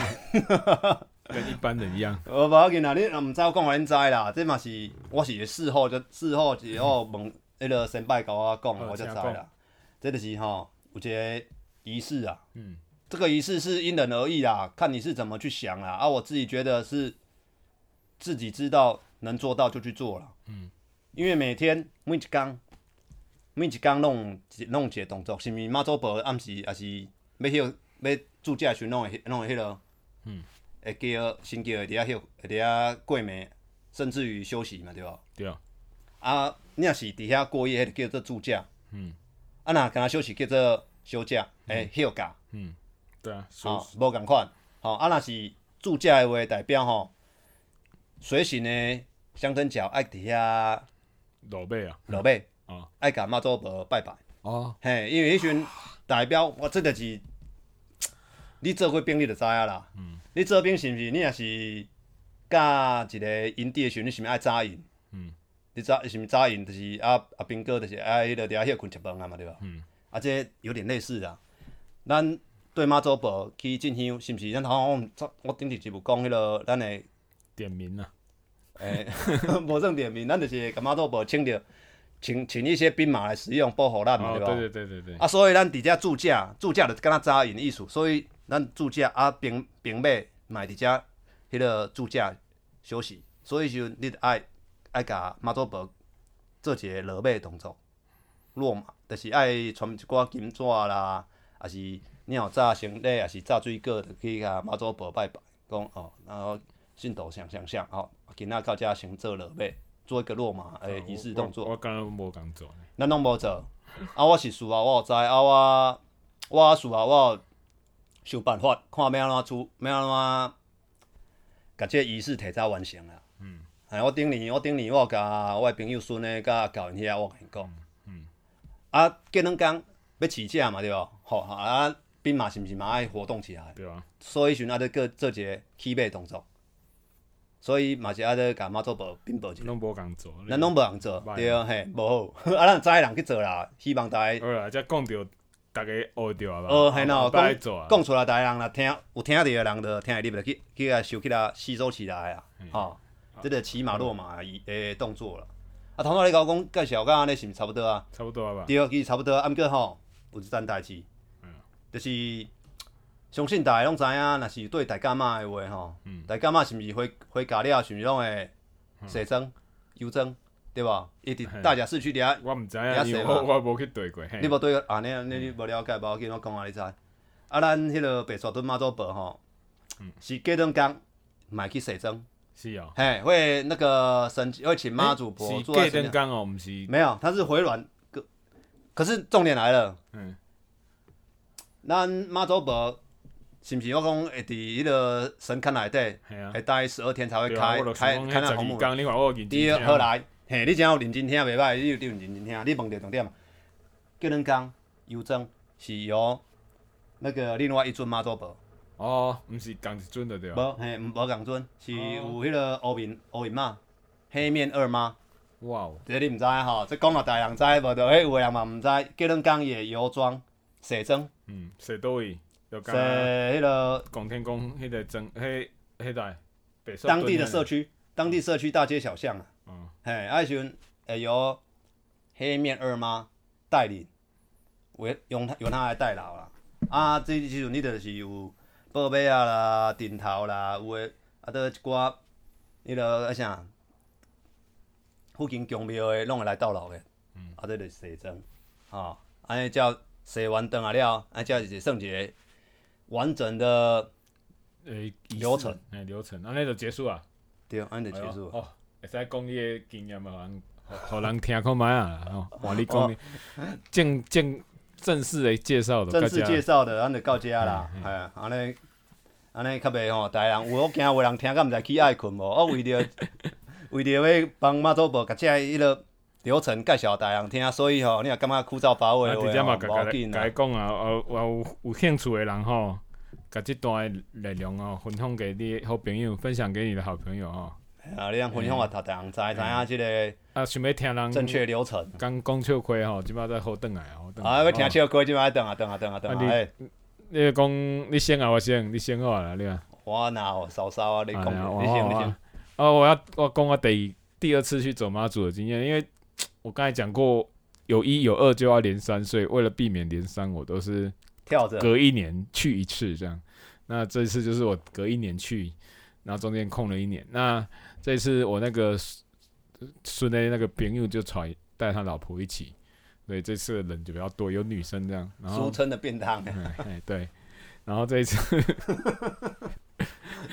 跟一般人一样
呃，无要紧啦，你若毋知，我讲互恁知啦。这嘛是，我是事后则事后是后问迄个先拜甲我讲，
哦
我才知
请讲
啦。这就是吼有一个仪式啊，
嗯，
这个仪式是因人而异啦，看你是怎么去想啦。啊，我自己觉得是自己知道能做到就去做了。嗯，因为每天每一工每一工弄一弄一个动作，是毋是妈祖婆暗时也是要休要住家时弄会弄会迄落，
嗯，
会叫新叫会伫遐休会伫遐过暝，甚至于休息嘛，对无？
对啊，
啊，你若是伫遐过夜，迄就叫做住假。
嗯，
啊，若敢若休息叫做休假，诶、休假。
嗯，对啊，舒
吼，无共款。吼、啊，若是住家的话，代表吼，随行的香灯脚爱伫遐
老背啊，
落尾
哦，
爱甲妈祖婆拜拜。
哦，
嘿，因为迄阵代表我这著是，你做过兵你就知影啦。嗯。你做兵是毋是？你若是甲一个营地的时阵，你是毋是爱扎营？
嗯。
你扎是毋是扎营？就是啊啊，兵哥就是爱迄落伫遐歇困一饭啊嘛，对吧？
嗯。
啊，这有点类似啦。咱对妈祖婆去进香，是毋是？咱好像我顶日就有讲迄落咱的
点名啊，
诶，无算点名，咱就是会甲妈祖婆请着，请请一些兵马来使用保护咱嘛，
哦，
对吧？
对对对对对，
啊，所以咱伫遮住家，住家就是敢若扎营的意思，所以咱住家啊，平平尾嘛伫遮迄个住家休息，所以就你得爱爱甲妈祖婆做一个落尾的动作，落嘛，就是爱传一寡金纸啦，啊是你有炸生礼，啊是炸水果，就去甲妈祖婆拜拜，讲哦，然后信徒上上上哦，今仔到遮先做落尾，做一个落马诶
哦
哎仪式
我
动作。
我刚刚无讲做，
咱拢无做。啊，我是事后我有知，啊我我事后我有想办法看要安怎处，要安怎甲即个仪式提早完成啦。嗯。哎，我顶年我顶年我有甲我的朋友孙诶，甲教因遐我甲因讲。嗯。啊，过两工要起价嘛，对无？吼啊，兵马是毋是嘛爱活动起来？
对啊，
所以迄阵啊，得做做一个起码动作。所以嘛是啊，得甲妈祖婆禀报一下。
拢无讲做，
咱拢无人做
歹，
对嘿，无好。 啊，咱知的人去做啦，希望大家
好啦，才讲着，大家学着啊吧，
哦，嘿喏，
拜做啊
讲，讲出来，大家人若听有听着的人，就听会入来去去甲收起来吸收起来啊，吼，即个骑马落马伊诶动作啦。啊，头先你甲我讲介绍甲安尼是毋是差不多啊？
差不多啊吧，
对，其实差不多。啊，毋过吼，有一件代志，就是相信大家拢知影，若是对大家妈的话吼，大家妈是毋是回回家了，是毋是拢会洗装、油装，对吧？伊伫大甲市区底下
我毋知
你要
影，因为
洗嘛
我我无去对过，嘿
你，无对安尼，你你无了解，无要紧，我讲啊，你知。啊，咱迄个白沙墩妈祖婆吼，
嗯
是过两工买去洗蒸，
是哦，
嘿，会那个神会请妈祖婆
是
坐在
过
神
灯
坛，
缸哦，毋是，
没有，它是回暖。可可是重点来了，
嗯，
咱妈祖婆是毋是我讲会伫迄个神龛内底
系啊，
会待十二天才会
对啊，
开
我就
开
想
开那
讲，迄十
红木
二工，你看我有认真
第
听啊
二，好，来，嘿，你真有认真听，袂歹，你有你有认真听，你问着重点嘛。叫恁讲邮政是由那个另外一尊妈祖婆，
哦，毋是共一阵的对啊，
无嘿，无共尊，是有
哦
迄个乌面乌面妈，黑面二妈，
哇哦，
这你毋知影吼，这讲了大人知，无着迄有诶人嘛毋知。叫恁讲伊诶油妆、洗妆、
嗯，洗倒位，就
洗
讲
迄个
拱天宫迄个庄，迄迄台白沙
当地的
墩那
社
个，
区、当地社区大街小巷啊，
嗯，
嘿，啊迄时阵会由黑面二妈带领，为用她用她来带老啦。啊，即时阵你就是有报马啊啦、顶头啦，有诶啊，倒一寡迄落啊啥，附近宫庙诶拢会来斗老诶。
嗯
啊，这就是西装，吼、安尼叫洗完灯啊了，安尼就是算一个完整的，
诶，仪式
流程，
诶，流程，安尼就结束啊。
对，安尼就结
哎
束
呦
了。
哦，会使讲你的经验嘛，人，互互人听看卖啊。 哦，换你讲，正正正式的介绍哦就到
正式
这嗯
介绍的，咱就到遮啦。哎呀，安尼安尼较袂吼，大家人有我惊有人听，敢毋知起爱困无？我为着 为着要帮妈祖婆甲遮迄落流程介绍大家人听，所以吼，你若感觉枯燥乏味
啊，
的
直接嘛，
话，
甲
吼无要紧
甲
啦
伊。讲啊，哦，有有兴趣的人吼，甲即段的内容哦，分享给你的好朋友，分享给你的好朋友哦。
啊，你通分享互大家人知，知影即个
啊，想要听人
正确流程。
讲讲笑话吼，即摆再好转来啊，好转来。
啊，要听
哦
笑歌，即摆等啊等啊等啊等
啊
啊！
你
哎，
你讲你先啊，我先，你先好啊啦，你啊。
我哪有稍稍啊？你讲，
啊
你
然
先
后
你先。
哦哦，我要我讲我第第二次去走妈祖的经验，因为我刚才讲过，有一有二就要连三，所以为了避免连三，我都是
跳着
隔一年去一次这样。那这次就是我隔一年去，然后中间空了一年。那这次我那个孙的那个朋友就传带他老婆一起，所以这次的人就比较多，有女生这样。然
俗
后，
称的便当，
哎哎对，然后这一次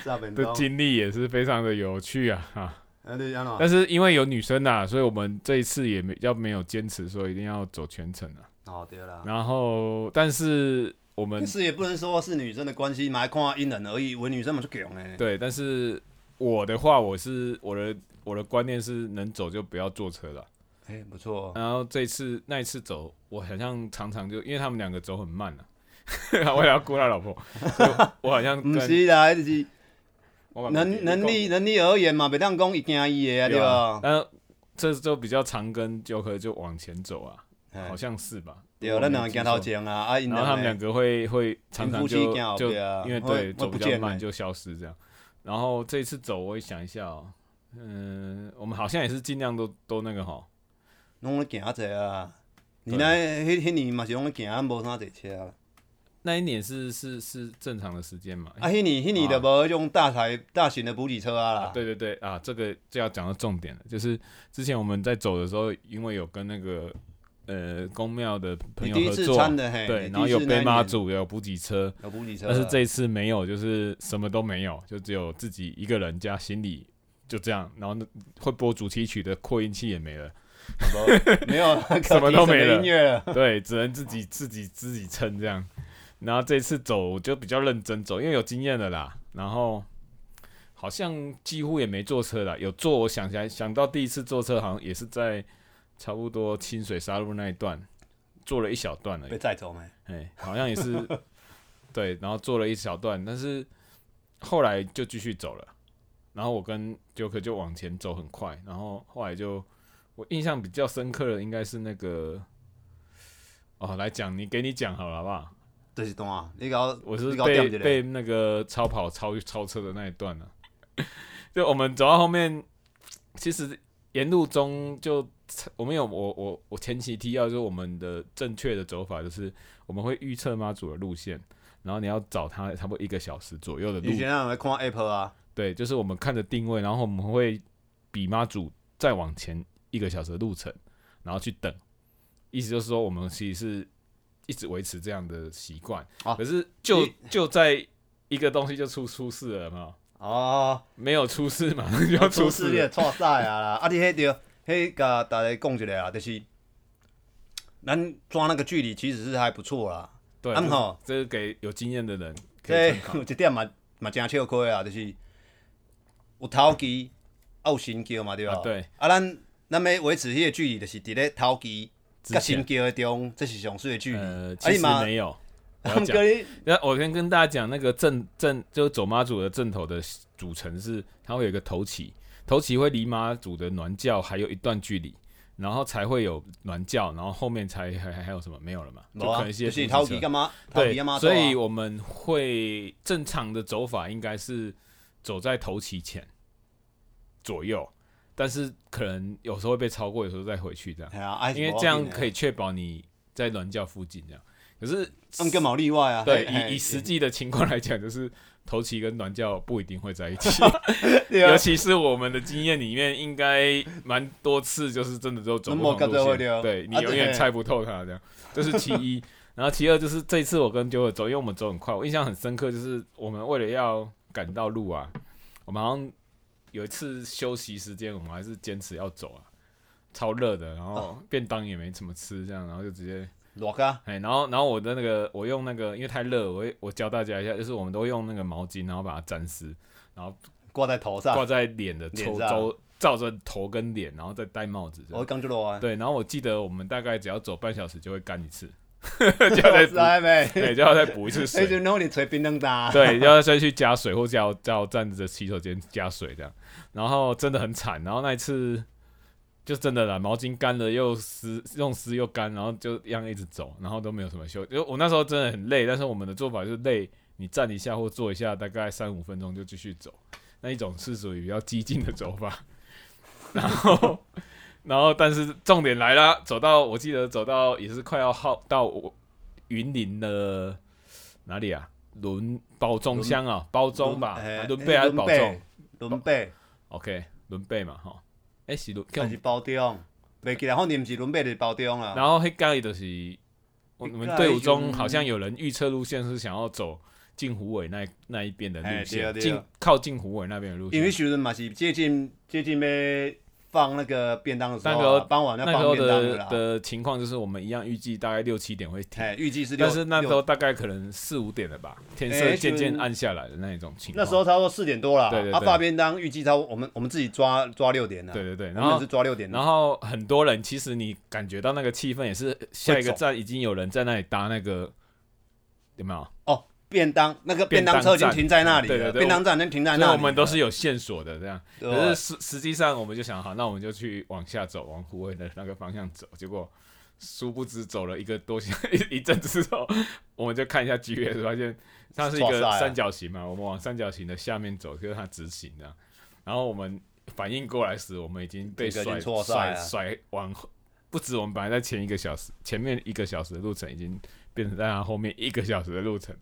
炸 便
的
当。
经历也是非常的有趣啊哈、
啊，你安
但是因为有女生呐、所以我们这一次也没要没有坚持说一定要走全程啊。
哦，对啦。
然后，但是我们
但是也不能说是女生的关系嘛，还看因人而异。我女生嘛就强诶，
对，但是我的话，我是我的我的观念是能走就不要坐车了。
哎、不错、哦。
然后这一次那一次走，我好像常常就因为他们两个走很慢 啊，为了要顾他老婆，所以我好像
不
跟
是啦，就是
我老婆
能能力能力而言嘛，袂当讲伊惊伊的啊，对吧？
然后这周比较常跟九和就往前走啊，
哎
好像是吧？
对，
我
咱
没
两
有
个
记
行
错
头前啊，啊，因
然后他们两
个
个会会常常
夫妻
就
走后
就
壁啊
因为
会
对
会
走
不
比较
见
慢
欸
就消失这样。然后这一次走，我也想一下哦，嗯，我们好像也是尽量都都那个哈，
拢咧行者啊。你
对
那迄迄年嘛是拢咧行，无啥坐车啊。
那一年是是是正常的时间嘛？
啊，迄年迄年就无迄种大台大型的补给车啊啦。
啊对对对啊，这个就要讲到重点了，就是之前我们在走的时候，因为有跟那个呃公庙的朋
你
友
第一
合
次
作
参，的嘿，
对，
你
然后
第一
有
次
背
那一
妈
年
祖，有补给车，
有补给车啊，
但是这一次没有，就是什么都没有，就只有自己一个人加行李，就这样。然后那会播主题曲的扩音器也没了，
无没有
什么都没了
了，音乐了。
对，只能自己自己自己撑这样。然后这次走我就比较认真走，因为有经验了啦。然后好像几乎也没坐车啦，有坐我想起来想到第一次坐车好像也是在差不多清水沙路那一段坐了一小段而已
被。载走没？
哎，好像也是对，然后做了一小段，但是后来就继续走了。然后我跟 Joker 就往前走很快，然后后来就我印象比较深刻的应该是那个哦，来讲你给你讲好了好不好？
这是段啊，你搞
我是
你搞点一
被
下
被那个超跑超超车的那一段呢、 就我们走到后面，其实沿路中就我们有我我我前期提到，就是我们的正确的走法就是我们会预测妈祖的路线，然后你要找它差不多一个小时左右的路
以，前让人看 Apple 啊，
对，就是我们看着定位，然后我们会比妈祖再往前一个小时的路程，然后去等。意思就是说，我们其实是一直维持这样的习惯。
啊
可是就
你
就在一个东西就出出事了嘛，
哦，
没有出事，马 上就要出
事
事
你
了。
就错赛啊 啦！啊，你迄着迄甲大家讲一下啊，就是咱抓那个距离其实是还不错啦。
对，
啊
这是
吼
这是给有经验的人可 以
这
参考。
有一点嘛嘛真笑亏啊，就是有头机，啊有新桥嘛，对吧？
啊对。
啊，咱咱要维持迄个距离，就是伫咧头机
之
甲
前
新桥的中，这是上水的距离。
呃，
啊
其
你
实
嘛，
没有。我要
毋
讲
过你
那我先跟大家讲，那个正正就是走妈祖的正头的组成是，它会有一个头旗，头旗会离妈祖的暖教还有一段距离，然后才会有暖教，然后后面才还还还有什么没有了嘛？就
无
可
啊，
能一些
就是
头
头机干嘛？头
对
机干嘛？，啊
所以我们会正常的走法应该是走在头旗前左右，但是可能有时候会被超过，有时候再回去这样，
系啊，啊
因为这样可
以，
以确保你在暖教附近这样。可是
嗯，更冇例外 啊。
对，
嘿嘿
以以实际的情况来讲，就是头旗跟暖教不一定会在一起，
对啊
尤其是我们的经验里面，应该蛮多次就是真的都走不同
那
路
么
线，
搞对
对
哦
你
啊
永远猜不透它这样，这是其一。然后其二就是这一次我跟九友走，因为我们走很快，我印象很深刻，就是我们为了要赶到路啊，我们好像有一次休息时间，我们还是坚持要走啊，超热的，然
哦
后便当也没怎么吃，这样，然后就直接
热啊，
哎，然后然后我的那个，我用那个，因为太热，我会我教大家一下，就是我们都用那个毛巾，然后把它沾湿，
挂在头
挂
上，
在脸的
啊
周
脸上
周，罩着头跟脸，然后再戴帽子这
我
样。
讲就热啊。
对，然后我记得我们大概只要走半小时就会干一次，就要再
知道哎
补，
没？
对，就要再补一次
迄
水，
阵拢伫吹冰冷打。
对，就要再去加水，或者要叫站着洗手间加水这样。然后真的很惨，然后那一次就真的啦，毛巾干了又湿，用湿又干，然后就一样一直走，然后都没有什么休。就我那时候真的很累，但是我们的做法就是累，你站一下或坐一下，大概三五分钟就继续走，那一种是属于比较激进的走法。然后，然后但是重点来啦，走到我记得走到也是快要耗到我云林的哪里啊？伦宝中乡啊，包中吧，
哎
啊伦贝还是宝中
伦贝，伦贝，
？OK，伦贝嘛吼，哎是伦，
但是包中，袂记啦，反正毋是伦贝，就是包中啊啦。
然后黑咖喱就是我我们队伍中好像有人预测路线是想要走近湖尾那一那一边的路
哎对啊对啊
线，近靠近湖尾那边的路
因为
线。
时阵嘛是接近接近要放那个便当的时候、
那个
啊，傍晚要
那时
放
候
便当的
的
啦。
的情况就是，我们一样预计大概六七点会停，
哎，预计是六，
但是那时
六
候大概可能四五点了吧，天
哎
色渐
就
渐暗下来的那一种情
那
况。
时候差不多四点多了，
对对
他
对
发便当预计超我们我们自己抓抓六点了，
对，对对，然
我们
后
是抓六点的，
然后很多人其实你感觉到那个气氛也是下一个
走
站已经有人在那里搭那个有没有？
哦，便当那个便
便当
当车已经
站
停在那里了，
对对对
便当站能停在
所
那
以
里，
我们都是有线索的这样。
对
可是实实际上，我们就想好，那我们就去往下走，往湖尾的那个方向走。结果殊不知走了一个多小 一一阵子之后，我们就看一下 GPS，发现它是一
哇塞
个
啊
三角形嘛。我们往三角形的下面走，就是它直行的。然后我们反应过来时，我们已经被
这个已
甩
经错赛
甩
了
甩往后，不止我们本来在前一个小时，前面一个小时的路程已经变成在它后面一个小时的路程了。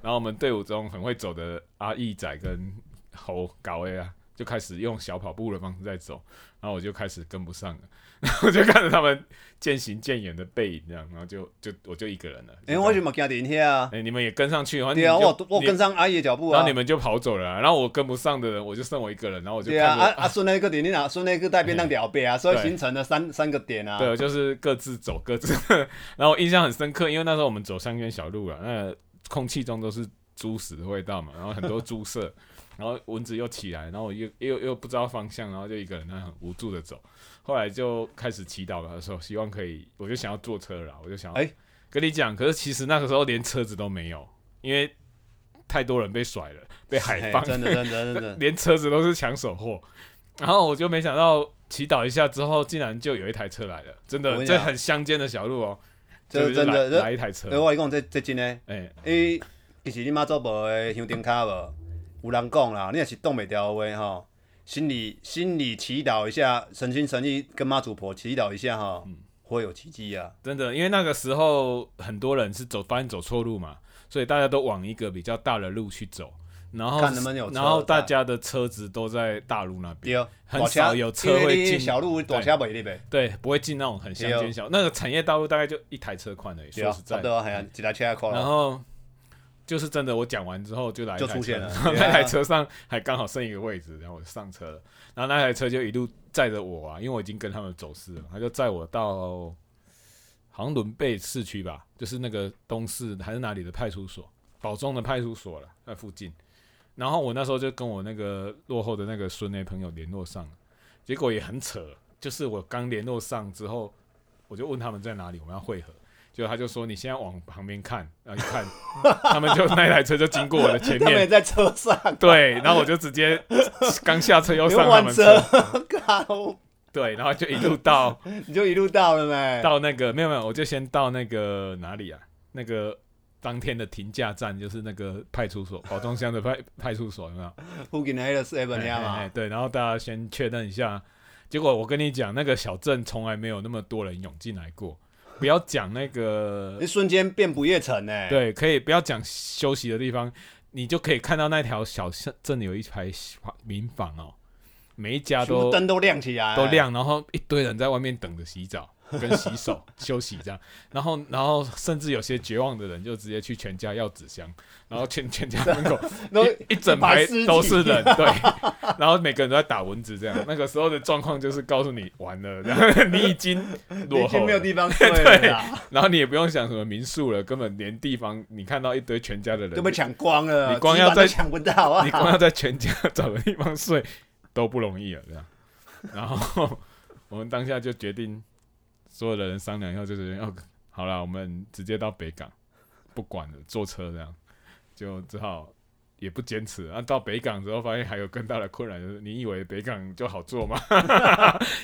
然后我们队伍中很会走的阿义仔跟猴搞 A 啊，就开始用小跑步的方式在走，然后我就开始跟不上了， 然后我就看着他们渐行渐远的背影，这样，然后就就我就一个人了。
哎，我就嘛惊伫遐啊，
哎、你们也跟上去，然后
对啊，
你就
我我跟，上阿姨的脚步
你然
啊
后你，们就跑走了啊、然后我跟不上的人，我就剩我一个人，然后我就
对啊，
看着
啊啊，孙内个点你哪，孙内个带便当掉背啊，所以
对
形成了三三个点啊，
对，就是各自走各自。 然后我印象很深刻，因为那时候我们走乡间小路了，那空气中都是猪屎的味道嘛，然后很多猪舍，然后蚊子又起来，然后我又又又不知道方向，然后就一个人那很无助的走。后来就开始祈祷了，说希望可以，我就想要坐车了，我就想要，
哎
跟你讲，可是其实那个时候连车子都没有，因为太多人被甩了，被 海
哎
放，，
真的真的真的
连车子都是抢手货。然后我就没想到祈祷一下之后，竟然就有一台车来了，真
我跟
的，
你讲
这很乡间的小路哦，
这
就
真的
来
这
来一台车
对，我来讲这这真诶。
哎，
伊其实你妈祖无的乡顶卡无，有人讲啦，你若是挡袂牢的话吼，心里心里祈祷一下，诚心诚意跟妈祖婆祈祷一下吼，
嗯
会有奇迹啊！
真的，因为那个时候很多人是走发现走错路嘛，所以大家都往一个比较大的路去走，然后
看能不能有车
然后大家的车子都在大路那
对，
边，
哦
很
大
少有车会进
因为你小路大车袂入呗，
对，不会进那种很乡
对哦
间小，那个产业道路大概就一台车宽而已，
对
说
啊
实，
差
在
不，多系啊，一台车看
然
了，
后就是真的，我讲完之后就来一台车
就出现了对啊
那台车上还刚好剩一个位置，然后我就上车了，然后那台车就一路载着我啊，因为我已经跟他们走失了，他就载我到好像伦贝市区吧，就是那个东市还是哪里的派出所，保中的派出所了，在附近。然后我那时候就跟我那个落后的那个孙内朋友联络上了，结果也很扯，就是我刚联络上之后，我就问他们在哪里，我们要会合。结果他就说：“你现在往旁边看，然后一看， 他们就那台车就经过我的前
他们也
面，
在车上，
对，然后我就直接刚下车又
你
上他
换
们
车，靠，
对，然后就一路到
你就一路到了没？
到那个没有没有，我就先到那个哪里啊？那个当天的停驾站就是那个派出所，宝中乡的派派出所有没有？
附近的啊迄个 seven
哎
遐
哎哎
嘛，
对，然后大家先确认一下。结果我跟你讲，那个小镇从来没有那么多人涌进来过。不要讲那 个
你瞬间变不夜城哎呢。
对，可以不要讲休息的地方，你就可以看到那条小巷镇里有一排民房哦，每一家
全部
啊都
灯都亮起来，
都，亮，然后一堆人在外面等着洗澡、跟洗手、 休息这样，然后然后甚至有些绝望的人就直接去全家要纸箱，然后全全家门口
都
一一整排
尸体
都 是人，对，然后每个人都在打蚊子这样，那个时候的状况就是告诉你完了，然后 你已经
你
落
已
后
经没有
了，
地方睡了啦。
然后你也不用想什么民宿了，根本连地方你看到一堆全家的人
都被抢光了，
你光要
纸板
在
都抢不到啊！
你 光要在全家找个地方睡都不容易了，啊这样。然后我们当下就决定，所有的人商量以后就决定，哦，好了，我们直接到北港，不管了，坐车这样，就只好也不坚持。然、后到北港之后，发现还有更大的困难，就是你以为北港就好坐吗？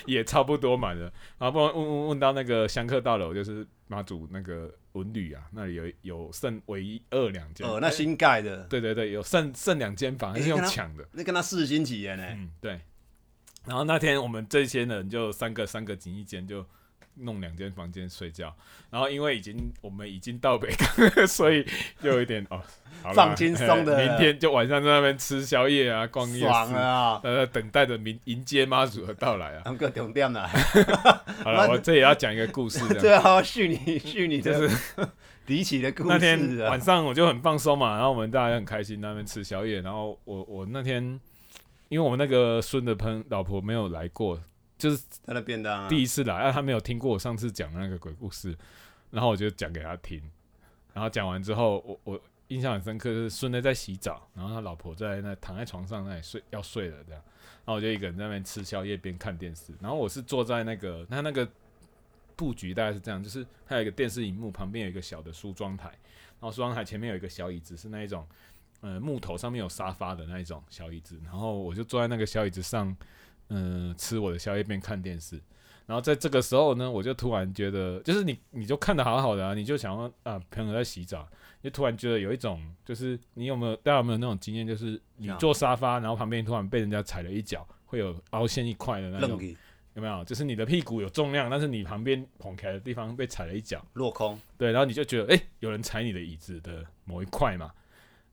也差不多满了。然后啊不然问问问到那个香客大楼，就是妈祖那个文旅啊，那里有有剩唯一二两间，
呃，那新盖的，
对对对，有剩剩两间房还是用抢的，
哎那跟他四星级的呢，
嗯，对。然后那天我们这些人就三个三个进一间，就弄两间房间睡觉。然后因为已经我们已经到北港了，所以就有一点哦，好啦
放轻松的
嘿 明天就晚上在那边吃宵夜啊，逛夜
爽
市，
啊！
呃，等待着明迎接妈祖的到来啊。
啊，个重 点啦，
好了，
妈
我这也要讲一个故事， 这
最
样
后续你续啊你
啊就
的
是
离奇的故事啊。
那天晚上我就很放松嘛，然后我们大家很开心，那边吃宵夜，然后我我那天因为我那个孙的朋老婆没有来过，就是
他的便当啊，
第一次来，啊，他没有听过我上次讲的那个鬼故事，然后我就讲给他听，然后讲完之后，我我印象很深刻，就是孙子在洗澡，然后他老婆在那躺在床上那里睡要睡了这样，然后我就一个人在那边吃宵夜边看电视，然后我是坐在那个他那个布局大概是这样，就是它有一个电视荧幕旁边有一个小的梳妆台，然后梳妆台哦前面有一个小椅子，是那一种。呃，木头上面有沙发的那一种小椅子，然后我就坐在那个小椅子上，嗯、吃我的宵夜边看电视。然后在这个时候呢，我就突然觉得，就是你你就看的好好的啊，你就想要啊，朋友在洗澡，就突然觉得有一种，就是你有没有大家有没有那种经验，就是你
啊
坐沙发，然后旁边突然被人家踩了一脚，会有凹陷一块的那
愣
种，
给
有没有？就是你的屁股有重量，但是你旁边捧起来的地方被踩了一脚，
落空，
对，然后你就觉得，哎、有人踩你的椅子的某一块嘛，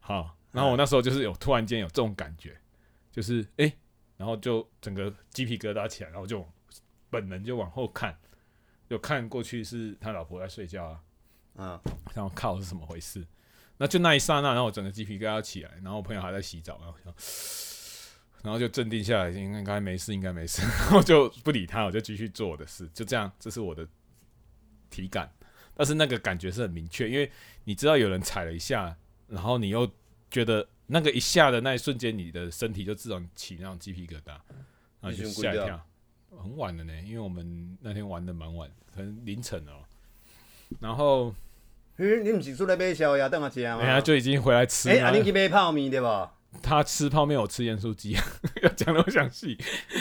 好，然后我那时候就是有突然间有这种感觉，就是哎、诶然后就整个鸡皮疙瘩起来，然后就本能就往后看，就看过去是他老婆在睡觉啊，
嗯，
然后靠是怎么回事？那就那一刹那，然后我整个鸡皮疙瘩起来，然后我朋友还在洗澡，然后我想，然后就镇定下来，应该应该没事，应该没事，然后就不理他，我就继续做我的事，就这样，这是我的体感，但是那个感觉是很明确，因为你知道有人踩了一下，然后你又觉得那个一下的那一瞬间，你的身体就自动起那种鸡皮疙瘩，然后
你
就
先
吓一
跪掉
跳。很晚了呢，因为我们那天玩的蛮晚，可能凌晨了哦、然后
嘿你毋是出来买宵夜当下食吗？
人家哎就已经回来吃
哎，
了。
啊，你去买泡面对无？
他吃泡面，我吃盐酥鸡， 要讲那么详细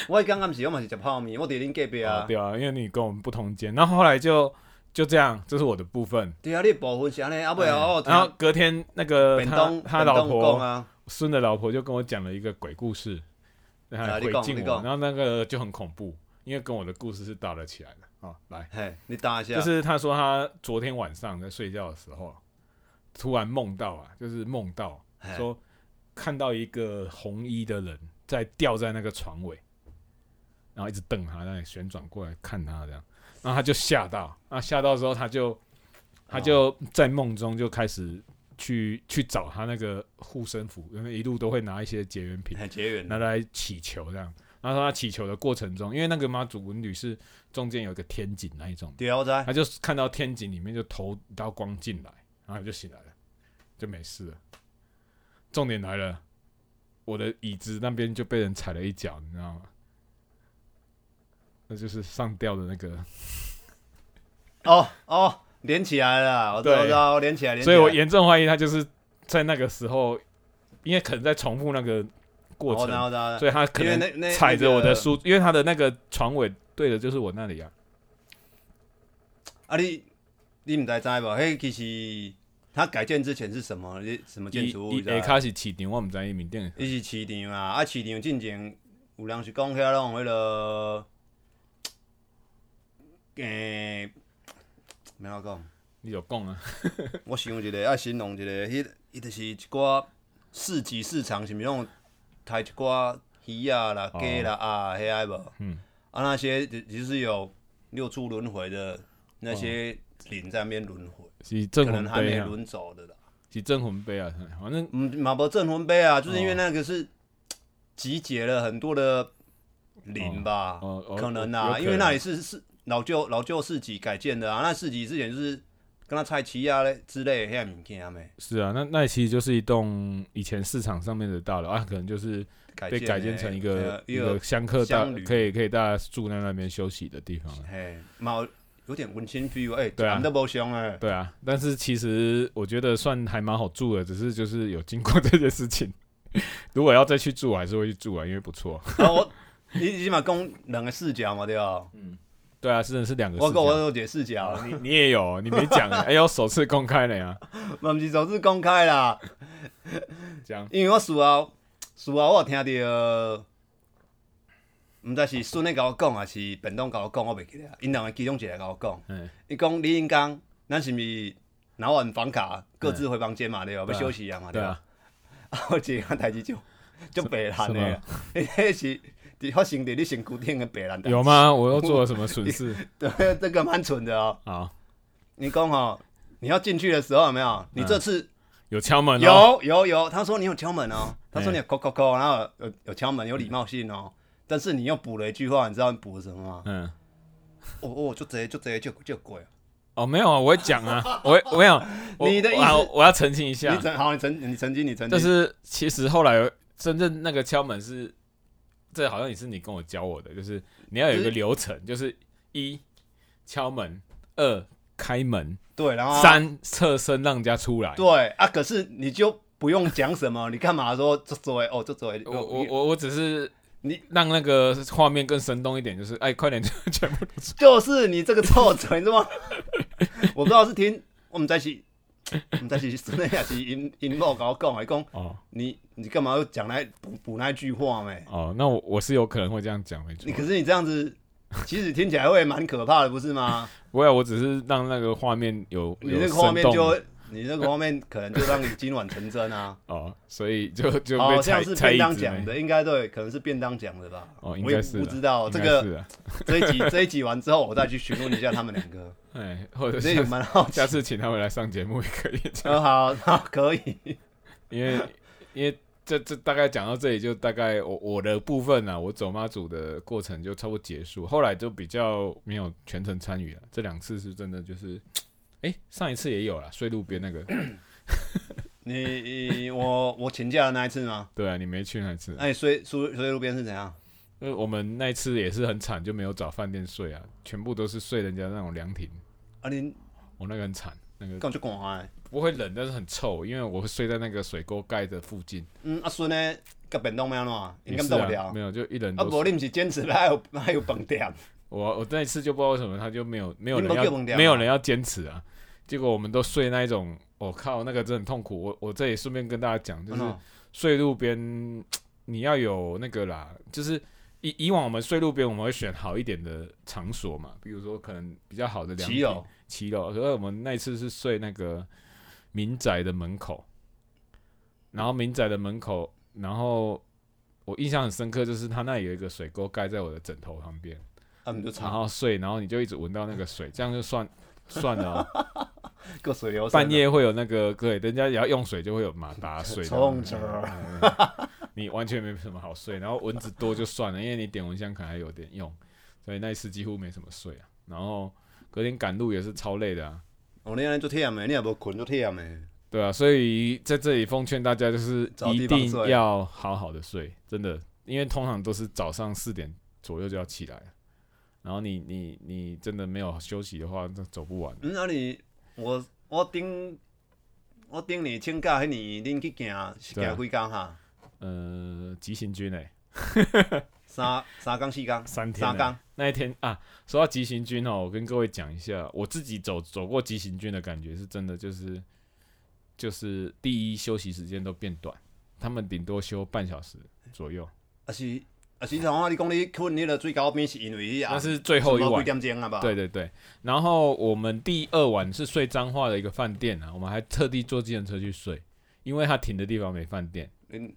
我刚刚是我嘛是食泡面，我伫恁隔壁
啊
啊。
对啊，因为你跟我们不同间。然后后来就就这样，这是我的部分。
对啊，你部分是安尼，啊尾
嗯
后我
然后
听
隔天那个
便
他
当
他
便
老
当讲
婆
啊，
孙的老婆就跟我讲了一个鬼故事，然后
啊你
回
讲
敬
你
我，
讲
然后那个就很恐怖，因为跟我的故事是搭了起来的啊。来，
嘿，你打一下，
就是他说他昨天晚上在睡觉的时候，突然梦到啊，就是梦到
嘿
说看到一个红衣的人在吊在那个床尾，然后一直瞪他，那里旋转过来看他这样，然后他就吓到，那吓到之后他就他就在梦中就开始去去找他那个护身符，因为一路都会拿一些结缘品
很结缘
拿来祈求这样。然后他祈求的过程中，因为那个妈祖文女是中间有一个天井那一种，
对啊，我知。
他就看到天井里面就投一道光进来，然后就醒来了，就没事了。重点来了，我的椅子那边就被人踩了一脚，你知道吗？那就是上吊的那个，
哦哦，连起来了啦，我知道，
对
我知道，哦连起来，连起
所
来。
以我严重怀疑他就是在那个时候，因为可能在重复那个过
哦我知道，
程，
我知道。
所以他可
因为
能
那那
踩着我
那
的
个
书，因为他的那个床尾对的就是我那里啊。
啊，你你唔知知无？嘿，其实它改建之前是什么？你什么建
伊
筑物？
伊
你知道
下卡是市场，我唔知伊面顶。
伊是市场啊，啊，市场进前有人是讲遐拢迄落，诶、要安怎讲？
你就讲啊，
我想一个，啊，形容一个，迄伊就是一寡市集市场，是毋是用抬一寡鱼啊啦、
哦
鸡啦、啊遐的无？
嗯，
啊，那些就就是有六处轮回的那些灵在那边轮回，
是
可
镇魂
能还
碑
没
啊。
轮走的啦。
是镇魂碑啊，哦反正
嗯，马博镇魂碑啊，就是因为那个是集结了很多的灵吧，
哦哦
可能
有
啊，
可能
因为那里是是老旧老旧市集改建的啊，那市集之前就是跟他菜市啊嘞之类的遐物件没
是啊，那那其实就是一栋以前市场上面的大楼啊，可能就是
改
被
建欸哎呃
改建成一个
一
一个
个
香客大
乡，旅
可以可以大家住在那边休息的地方啊。
嘿，嘛有点文青 feel 哎，
对啊
谈得无像哎，
对啊，但是其实我觉得算还蛮好住的，只是就是有经过这件事情。 如果要再去住，我还是会去住啊，因为不错。
啊我 你你起码讲两个视角嘛对吧？
对啊，真的是两个
我
世
跟我
界。
有解视角，
你你也有，你没 讲欸，哎呦，首次公开了呀，
嘛毋是总是公开啦，
这样
因为我事后事后我有听到毋知是孙咧甲我讲，还是便当甲我讲，我袂记得。因两个其中一个甲我讲，
嗯，
伊讲李英刚，咱是毋是拿完房卡各自回房间嘛？对吧？
对
要
啊
休息啊嘛？
对
吧？
啊，
啊，我一个代志就就白烂
什
的
么，
迄是伫发生伫你身躯顶的白烂代。
有吗？我又做了什么损事？
对，这个蛮蠢的哦。
好，
你讲哦，你要进去的时候有没有？你这次
有哎敲门哦，
有有有，他说你有敲门哦，他说你有扣扣扣，然后有有有敲门，有礼貌性哦。但是你又补了一句话，你知道你补了什么吗？
嗯，
哦哦，就这就这就就鬼啊！
哦，没有啊，我会讲啊，我会我没有， 我
你的意思
啊我要澄清一
你
下，
曾好，你曾你曾经你曾
就
经
是其实后来真正那个敲门是，这好像也是你跟我教我的，就是你要有一个流程，就是一敲门，二开门，
对，然后
三侧身让人家出来。
啊对啊，可是你就不用讲什么，你干嘛说这作为哦这作为
我我我我只是
你
让那个画面更生动一点，就是哎， 快点全部
就是你这个臭嘴，你知道吗？ 我不知道是听我们在一起，我们在一起是那也是因因某跟我讲，还讲
哦
你你干嘛要讲那补补那句话没？
哦，那我我是有可能会这样讲，没错
你。可是你这样子，其实听起来会蛮可怕的，不是 吗？
不会啊，我只是让那个画面有
你
有
那个
生
画面
动
就你那个画面可能就让你今晚成真 啊！哦
哦，所以就 就
好
被
像
踩
是
踩
便
一
当
直
讲
没
的，应该对，可能是便当讲的吧？
哦，应
我也
该是
不
啦
知道
应
这
该
个
是啊啦
这一集这一集完之后，我再去询问一下他们两 个，
哎，或者
所以
是
蛮好奇
下。次请他们来上节目也可以，
呃，好，好，可以。
因为因为这这大概讲到这里，就大概我我的部分啊，我走妈祖的过程就差不多结束，后来就比较没有全程参与了。啊这两次是真的就是，哎、上一次也有了睡路边那个，
你你我我请假的那一次吗？
对啊，你没去那一次，
那你睡睡睡路边是怎样？
因为我们那一次也是很惨，就没有找饭店睡啊，全部都是睡人家那种凉亭，
啊，你
我、那个很惨，那个
干就赶哎。
不会冷，但是很臭，因为我会睡在那个水沟盖的附近。
嗯，阿孙呢？甲便当要安怎？应
也
该
是
做不
啊，
了
没。有就一人
啊，
都
无
是。
你毋是坚持还有还有饭店，
我我那一次就不知道为什么他就没有没有
你
人
们
要
都叫蒙掉啊
没有人要坚持啊，结果我们都睡那一种，我、靠那个真的很痛苦。我我这里顺便跟大家讲，就是
嗯
睡路边你要有那个啦，就是以以往我们睡路边我们会选好一点的场所嘛，比如说可能比较好的凉
骑友
亭、骑楼，可是我们那一次是睡那个民宅的门口，然后民宅的门口，然后我印象很深刻，就是它那里有一个水沟盖在我的枕头旁边，
啊，毋就
然
吵，
后睡，然后你就一直闻到那个水，这样就算 算了哦、
各水流啊
半夜会有那个对，人家也要用水，就会有马达水的。
冲着
嗯 你完全没什么好睡，然后蚊子多就算了，因为你点蚊香可能还有点用，所以那一次几乎没什么睡啊。然后隔天赶路也是超累的啊，
哦，你安尼足忝的，你也无困足忝的。
对啊，所以在这里奉劝大家，就是
找
一
地方
定
睡
要好好的睡，真的，因为通常都是早上四点左右就要起来了，然后你你你真的没有休息的话，那走不完。
嗯，啊你我我顶我顶年请假迄年，恁去行是
对啊
行几工哈？
呃，急行军哎、
三三工四工，
三天、
三
欸
工。。
那一天啊，说到急行军哦，我跟各位讲一下，我自己走走过急行军的感觉是真的，就是就是第一休息时间都变短，他们顶多休半小时左右，
啊是啊是，像我你讲你困迄个最高边是因为伊啊
那，是最后一
差不多
晚
几。点钟啊吧？
对对对，然后我们第二晚是睡彰化的一个饭店啊，我们还特地坐计程车去睡，因为他停的地方没饭店。
嗯，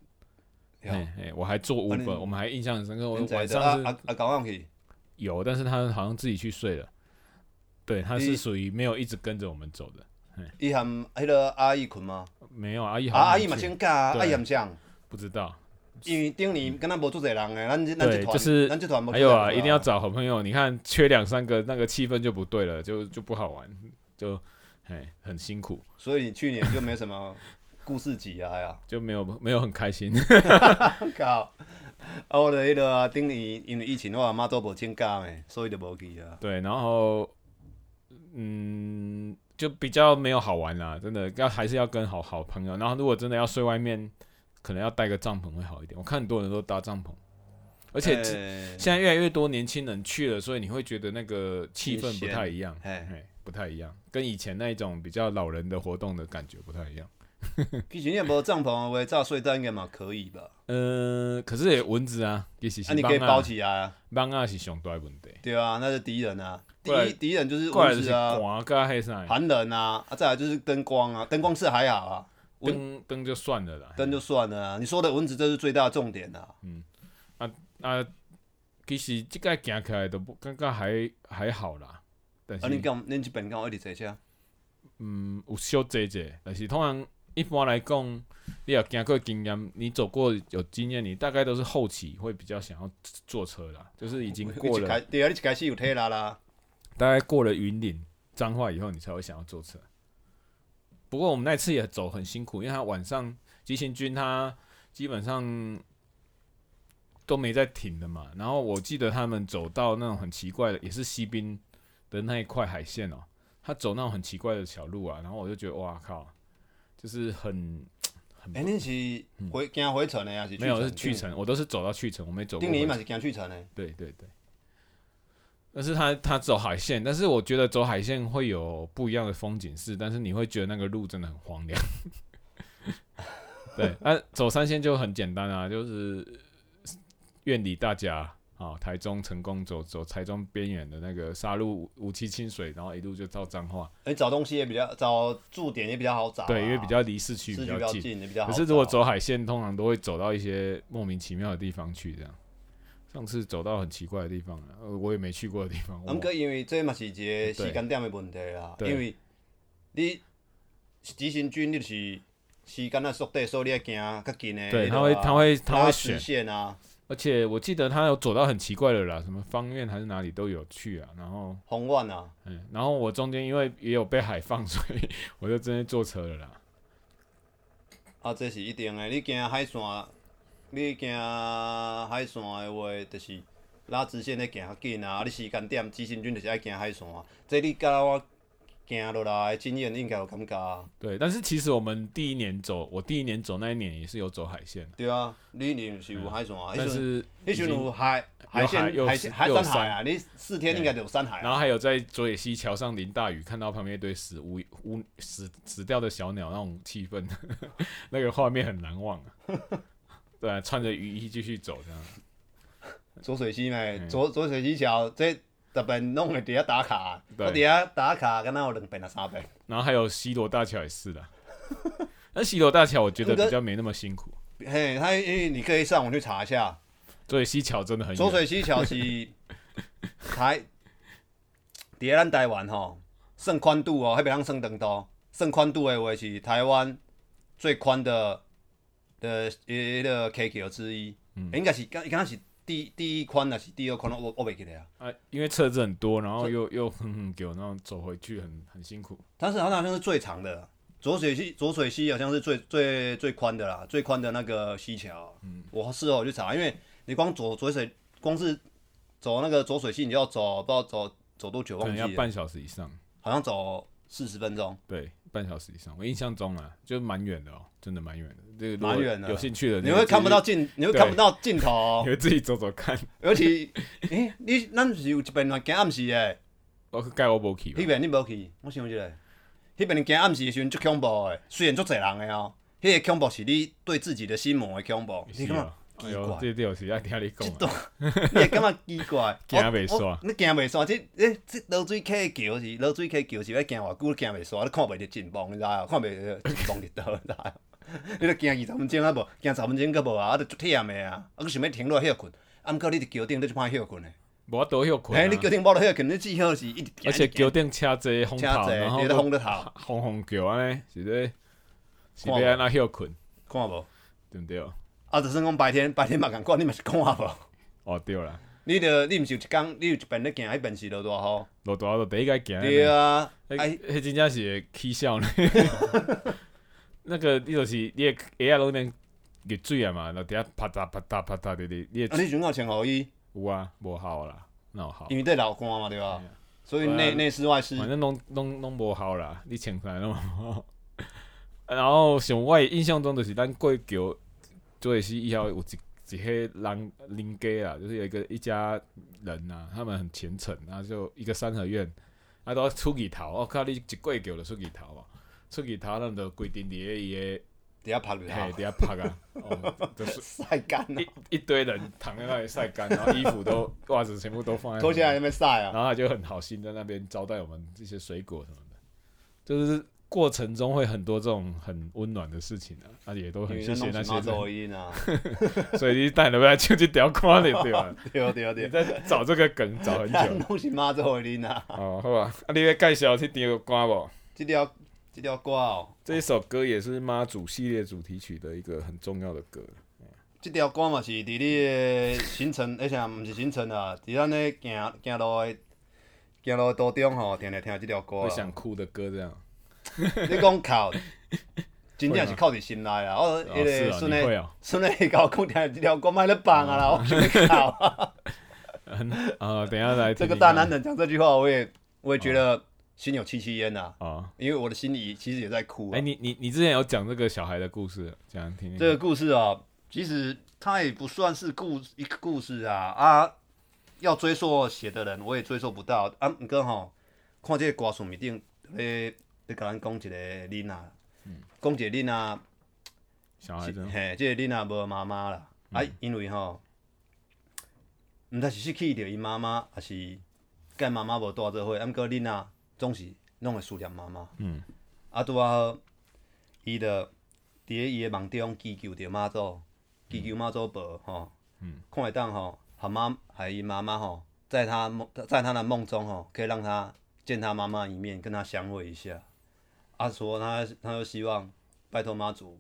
哎哎、我还坐五
啊你
本，我们还印象很深刻。我
恁在
晚上
啊
是
啊啊搞上去，
有，但是他好像自己去睡了。对，他
你
是属于没有一直跟着我们走的。
伊含迄个阿姨困吗？
没有阿姨好
啊
像
阿
没
姨嘛
去
请假啊，
对
阿姨也上，
不知道，
因为顶年敢若无足侪人诶，咱这咱这
对，
团
就是
咱这团无。
还有啊，一定要。找好朋友。你看缺两三个，那个气氛就不对了，就就不好玩，就哎很辛苦，
所以你去年就没什么故事集啊哎呀，
就没有没有很开心。
靠！啊我的迄个啊顶年因为疫情，我阿妈都无请假诶，所以就无去啊。
对，然后嗯，就比较没有好玩啦，真的要还是要跟好好朋友。然后如果真的要睡外面，可能要带个帐篷会好一点。我看很多人都搭帐篷，而
而
且这现在越来越多年轻人去了，所以你会觉得那个气氛
新
不
鲜
太一样。
哎，
哎，不太一样，跟以前那一种比较老人的活动的感觉不太一样。
其实你无帐篷的话，炸睡袋应该嘛可以吧？
呃，可是也蚊子啊，其实
啊，
是
你可以包起来啊，
蚊啊是上大的问题。
对啊，那是敌人啊，第
过来
一敌人就是
过来就
蚊
是
子啊、
寒加黑啥的，
寒冷啊，啊，再来就是灯光啊，灯光是还好啊，蚊
灯灯就算了啦。
灯就算了啊。你说的蚊子这是最大的重点啊，
啊，其实即个行起来都不感觉还还好啦，但
啊，你
是
讲恁去本讲一直坐车，
嗯有小坐坐，但是通常一般来讲，你有行过经验，你走过有经验，你大概都是后期会比较想要坐车啦，就是已经过
你一
了
开对啊，你一开始有体力啦，
大概过了云岭彰化以后，你才会想要坐车。不过我们那次也走很辛苦，因为他晚上急行军他基本上都没在停的嘛。然后我记得他们走到那种很奇怪的，也是西滨的那一块海线哦，他走那种很奇怪的小路啊。然后我就觉得哇靠，就是很很不、
哎，恁是回行回程的还是
没有是
去
去
程？
程，我都是走到去程，我没走过
丁
回
丁
程。
你嘛是行去程的，
对对对，但是他他走海线，但是我觉得走海线会有不一样的风景是，但是你会觉得那个路真的很荒凉。 对，那、走山线就很简单啊，就是愿里大家啊、台中成功走走台中边缘的那个沙鹿无期清水，然后一路就到彰化，
哎，找东西也比较找住点也比较好找啊，
对，因为比较离市区
市
比
区比
较
较
近。
近，也比较好。啊
可是如果，走海线，通常都会走到一些莫名其妙的地方去，这样。上次走到很奇怪的地方了，呃我也没去过的地方。我
啊，毋过因为这嘛是一个时间点的问题啦，
对
因为你急行军你就是时间啊速度，所以你要行较近的。
对，他会他会他会
实，
选
现啊，
而且我记得他有走到很奇怪的啦，什么方院还是哪里都有去啊。然后，
红万啊，
嗯，然后我中间因为也有被海放， 所以我就真的坐车了啦。
啊，这是一定的。你行海线，你行海线的话，就是拉直线咧行较紧啊。啊，你时间点急行军就是爱行海线啊。这你甲我行落来的经验应该有感觉啊。
对，但是其实我们第一年走，我第一年走那一年也是有走海线的，
对啊，你一定是有海线啊。迄
但
阵
是
迄阵
已经
有海海
海
鲜
又
海
嗯是
鲜海
又
山
有
海啊，你四天应该就有山海
然
啊。
后还有在佐野溪桥上淋大雨，看到旁边一堆死乌乌死死掉的小鸟，那种气氛， 那个画面很难忘啊。 对啊，穿着雨衣继续走这样。
浊水溪咪
嗯
浊浊水溪桥，这特别拢会伫遐打卡，啊我
对
伫遐打卡，敢若有两遍啊三遍。
然后还有西罗大桥也是啦。那西罗大桥我觉得
那个
比较没那么辛苦，
嘿，他因为你可以上网去查一下，
所以西桥真的很
浊
远。
水溪桥是台伫咱台湾吼，算宽度哦，迄边通算长度，算宽度的话是台湾最宽的的迄个溪桥之一，应该是敢敢若是第第一宽还是第二宽，我我袂记得啊。
啊，因为车子很多，然后又又哼哼给我，然后走回去很很辛苦。
但是它好像是最长的，浊水溪浊水溪好像是最最最宽的啦，最宽的那个溪桥。嗯，我事后我去查，因为你光左浊水光是走那个浊水溪，你就要走不知道走走多久
可
忘
能
记
要
了，
半小时以上，
好像走四十分钟。
对，半小时以上。我印象中啊，就蛮远的哦，真的蛮远的。这个如果
蛮远的
有兴趣的
你会看不到，尽，你会看不到尽头
你
哦、
会自己 走走看。
而且，诶、你咱是有一边行暗时诶，
我去盖我无去吧
迄，边你无去，我想一下，迄边行暗时的时阵足恐怖诶，虽然足侪人诶哦、迄、个恐怖是你对自己的心魔的恐怖，你
是
感觉
啊，哎
奇
呦
怪，。
这有时要听你讲
这
啊。
段 你会感觉奇 怪，
行
我
袂煞
我你行袂煞，这这这落水溪的桥是落水溪桥是要行偌久你行袂煞，你看袂着进步，你知影？看袂着进步伫倒，你知影？ 你著行二十分钟啊无，行十分钟佫无啊，啊著足忝的啊，啊佫想要停落来休困。啊，毋过你伫桥顶，你就怕休困的。
无多休困啊。
嘿，你桥顶无落休困，你至少是一直行。
而且
一直行
桥顶车侪风
车
头，
侪
然后
伫咧风咧头
风风桥安尼，是咧是
看
要安那休困，
看无，
对不对？
啊，就算讲白天，白天嘛共款，你嘛是看无。
哦，对啦，
你著你毋是有一工，你有一边咧行，迄边是落大雨。
落大就第一该行。
对，啊，哎
迄，迄真正是会起笑呢。 那个你就是你的鞋啊，拢变入水啊嘛，然后底下啪嗒啪嗒啪嗒的，你你
啊，
的
你阵有穿雨衣，
有啊，无效啦，哪有效
因？为在流汗嘛，对吧？
哦对啊
所以
对啊
内内湿外湿，
反正拢拢拢无效啦，你穿出来拢无效。 然后像我的印象中就是咱过桥做的是以后有一一些人邻家啦，就是有一个一家人啊，他们很哦虔诚，然后就一个三合院，啊都要出日头，我、靠你一过桥就出日头啊，出去头咱就规定伫个伊个
底下拍落
嘿哎
来
底，下拍啊，哦，就是
晒干啊 了，
一一堆人躺在那里晒干，然后衣服都袜子全部都放在那里
脱下来那边晒啊
然。后他就很好心在那边招待我们这些水果什么的，就是过程中会很多这种很温暖的事情啊，啊也都
因
很
为
谢谢
拢
那
是
些
妈祖
人，
的音啊，
所以你带了不要就去屌看你 对吧？
对对
你
对，哦
在找这个梗找 很
咱
久
拢是妈祖的音啊。
哦，好吧，啊你要介绍去点歌不？
这条这条歌哦，
这一首歌也是妈祖系列主题曲的一个很重要的歌，
这条歌嘛是伫你的行程，而且毋是行程啊，伫咱咧行行路的行路的途中吼，定定听这条歌
会
啦。
想哭的歌这样。
你讲 哭，真正是哭伫心内啊。我
哦
迄
是
个
啊，哦
孙
你会
诶，
哦，
孙诶甲我讲听这条歌，莫咧放啊啦，我想要哭啊。
啊，等一下 来
这
听听看。哦
个大男人讲这句话，我也我也觉得心有戚戚焉呐，
啊，
因为我的心里其实也在哭啊。
哎，你你你之前有讲这个小孩的故事，讲听听看。
这个故事啊，其实它也不算是故一个故事啊啊，要追溯写的人我也追溯不到啊。毋过吼，看这个歌词面顶咧咧甲咱讲一个囡仔，
嗯
讲一个囡仔
小孩
是
真好
嘿，即、个囡仔无妈妈啦，
嗯
啊，因为吼，毋知是失去着伊妈妈，还是甲妈妈无带做伙，啊，毋过囡仔总是拢会思念妈妈。
嗯。
啊，拄啊好，伊着伫咧伊的梦中祈求着妈祖，祈求妈祖保吼，
嗯
看会当吼，和妈和伊妈妈吼，在他梦在他的梦中吼，可以让他见他妈妈一面，跟他相会一下。啊，说他他就希望拜托妈祖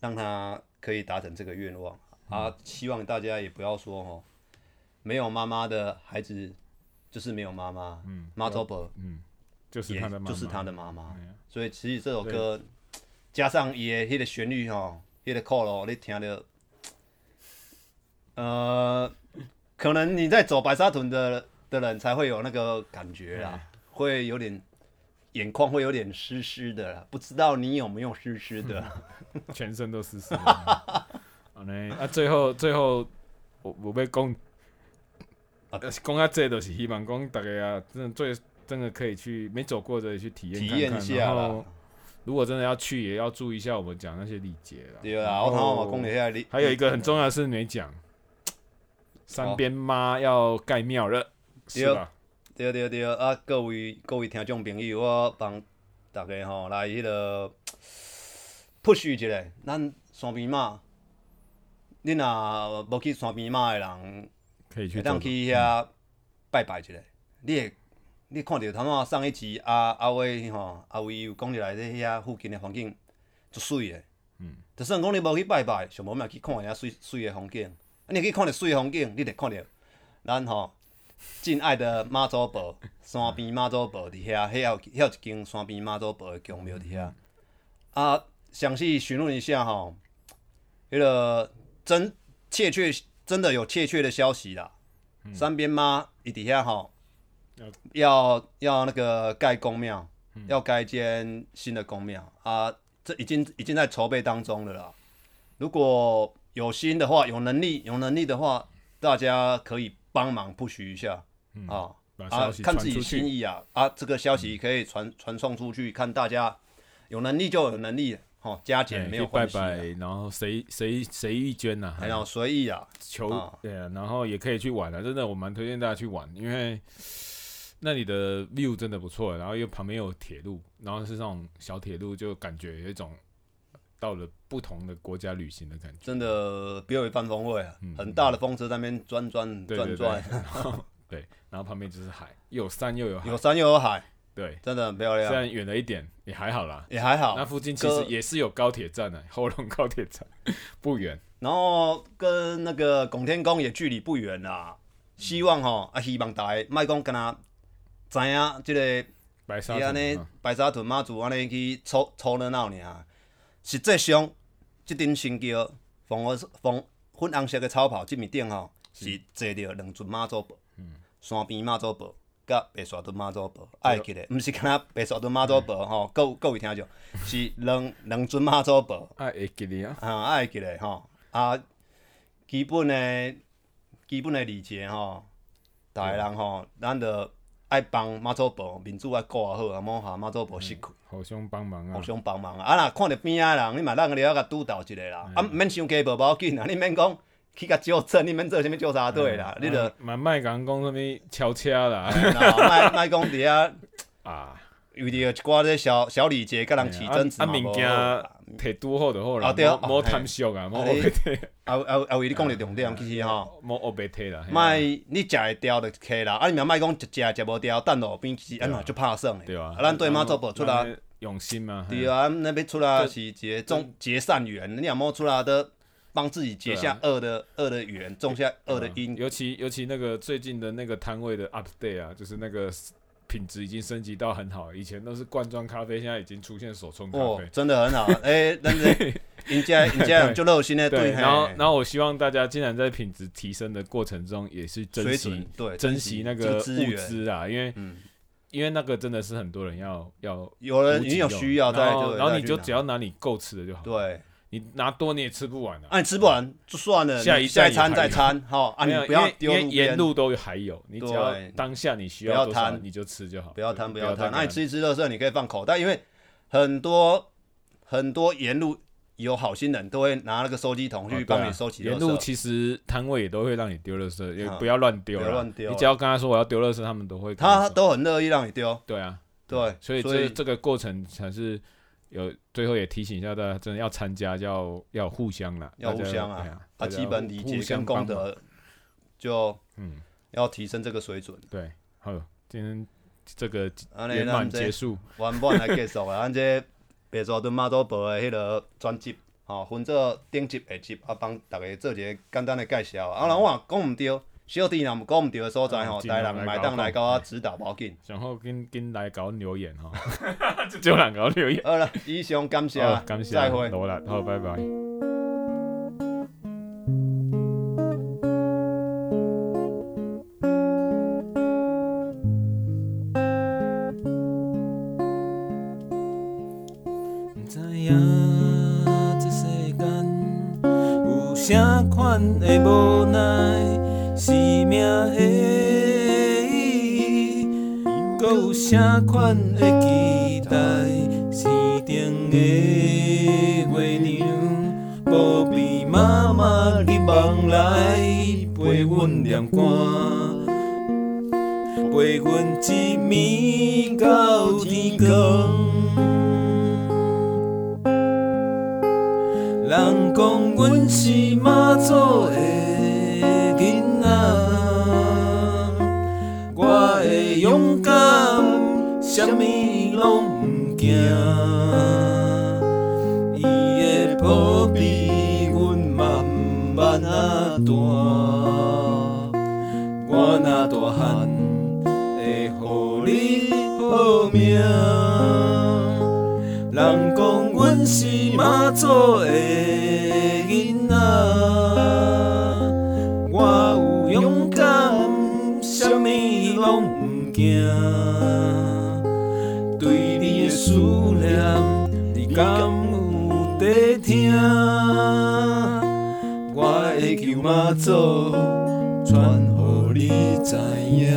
让他可以达成这个愿望
嗯
啊！希望大家也不要说哦，没有妈妈的孩子就是没有妈妈，
嗯
妈祖婆
嗯，就是
也
他的妈妈，
就是他的妈妈
哎呀。
所以其实这首歌加上伊的迄个旋律吼、哦迄、个扣咯，你听着，呃，可能你在走白沙屯的的人才会有那个感觉
哎
啦，会有点眼眶会有点湿湿的啦，不知道你有没有湿湿的。
全身都湿湿的。好 呢，啊，最后最后，我我要讲，
啊
呃讲到这都是希望讲大家啊，真的最真的可以去没走过的去体验
体
看
验
看
一下
然
啦
后，如果真的要去，也要注意一下我们讲那些礼节啦。
对啦，
然
我头
后
我嘛讲了遐你，
还有一个很重要的事没讲，山边妈要盖庙
哦
了，是吧？
对对对啊，各位各位听众朋友，我帮大家吼来迄、落 push 一下，咱山边嘛，你若无去山边嘛的人，
可以去
会哎
走
当
走。
去遐拜拜一下，你会。你看到头仔上一集啊阿伟吼阿伟有讲起来，这遐附近的环境足水的，
嗯，
就算讲你无去拜拜，想无嘛去看遐水水的风景。啊，你去看着水的风景，你就看着咱吼敬爱的妈祖婆，山边妈祖婆伫
嗯
遐，遐有遐有一间山边妈祖婆的宫庙伫遐。啊，详细询问一下吼，迄个真确切真的有确切的消息啦。
嗯
山边妈伊伫遐吼，要要那个盖公庙，
嗯
要盖一间新的公庙啊，这已经已经在筹备当中了啦。如果有心的话，有能力有能力的话，大家可以帮忙 push 一下、啊
嗯把消
啊
息，
看
传
自己
出
心
去，嗯
意啊啊，这个消息可以传传送出去，看大家有能力就有能力，哦，加
哎
减没
去
有
拜
关系啊，
拜，然后谁谁谁一捐呐？
还要随意啊，
球
啊
对啊，然后也可以去玩啊，真的我蛮推荐大家去玩，因为那里的 view 真的不错，然后又旁边有铁路，然后是那种小铁路，就感觉有一种到了不同的国家旅行的感觉。
真的别有一番风味啊，很大的风车在那边转转
嗯对对
转转，
对，然后 对，然后旁边就是海，又有山又有海，
有山又有海，
对，
真的很漂
虽
亮，
然远了一点也还好啦。
也还好
那。附近其实
哥
也是有高铁站的、后龙高铁站 不远。
然后跟那个拱天宫也距离不远啦。希望吼，啊，希望大家莫讲干那知影即、个
白沙
伊安尼
屯嘛
白沙屯妈祖安尼去凑凑热闹尔。实际上，即顶新桥粉红粉粉红色的草袍即面顶吼，是坐着两尊妈祖婆，
嗯
山边妈祖婆。甲白沙屯妈祖婆爱起来，毋是干那白沙屯妈祖
哎
婆吼，各各位听着，是两两尊妈祖婆，
啊，会记得啊，
啊，爱记咧吼，啊，基本的基本的礼节吼，逐个人吼，咱着爱帮妈祖婆，面子爱顾啊好，啊莫下妈祖婆失去，
互相帮忙啊
互，相帮忙啊。啊，若看着边仔的人，你嘛咱个了甲督导一下啦，啊，毋免伤加无要紧啦，你免讲去甲纠正，你免做啥物纠察队啦，你着
嘛莫讲讲什物超车啦
莫莫讲伫遐
啊，
有着一寡这小小礼节，甲人起争执
啊
嘛
物
无
件
好啦
摕拄好就好啦，
啊对啊
莫莫
哦嘿
贪俗啊，莫
啊
学
你
白摕，
啊啊啊！为你讲着重点，其实吼，
莫学白摕啦，嘿啊
莫你食会调就客啦，啊你嘛莫讲一食食无调，等路边其实安怎就拍算
对
诶。
啊，
咱对妈祖婆出来
咱，要用心嘛，嘿
对啊，咱要出来是一个种结善缘，你若莫出来的帮自己结下
啊
恶的恶的缘，种下恶的因。
嗯尤其尤其那个最近的那个摊位的 update 啊，就是那个品质已经升级到很好，以前都是罐装咖啡，现在已经出现手冲咖
哦
啡。，
真的很 好，哎诶，但是人家人家就热心的
啊对，
对，
然后
嘿
然后我希望大家竟然在品质提升的过程中，也是珍
水
惜
准对
珍惜那
这
个
资
物
源，
资啊，因为
嗯，
因为那个真的是很多人要要。
有人
补
你
给
有
用
需要再
然后
对
然后
再
你
去
就
拿
只要拿你够吃的就好，
对，
你拿多你也吃不完啊。
啊你吃不完就算了，
下一
你
站
下
也
一餐
还
再
有
餐，好啊，你
没有
不要
因为
丢
因为沿
边。
路都有还有，你只要
对
当下你需
不要
多少
贪
你就吃就好，
不要贪，不要
再
贪。那
给
你
他
吃一吃热色，你可以放口袋，因为很多很多沿路有好心人都会拿那个收集桶
哦
去
对啊
帮你收起垃
沿路
圾。
其实摊位也都会让你丢垃圾，也
啊
不要乱丢
不要
啦
乱丢啊
你只要跟他说我要丢垃圾，他们都会跟你
他
说
都很乐意让你丢，
对啊，
对，
所以这这个过程才是有最后也提醒一下大家，真的要参加要要互相啦，
要
大
互
家
相
哎
啊，
呀大
啊，
家
基本理
互
解
相
跟功
帮忙，
德就
嗯，
要提升这个水准。
对，好，今天这个
安尼
圆满
咱
结
这
束，
原本来结束啊，咱这白沙墩马祖婆的迄个专辑，吼、分做顶集、下集，啊，帮逐个做一个简单的介绍啊。啊，若我若讲毋对，小弟若有讲毋对的所在吼，
嗯
台人麦当来甲
哎
我指导无要紧。
然后跟跟来搞留言哈， 就两搞留言，
好啦，以上感谢，
好，感谢，
再会。
罗兰，好，拜拜。
知影这世间有啥款的无奈，生命的意义，搁有啥款的期待，生定的月亮，无比妈妈你梦内陪阮念歌。陪阮一暝到天光。人讲阮是妈祖的囡仔，我会勇敢，啥物拢毋惊。伊的保庇，阮慢慢啊大。我若大汉，会乎你好命。人讲阮是妈祖的囡仔，我有勇敢，啥物拢毋惊。对你的思念，你敢有在听？我会求妈祖。传予你知影。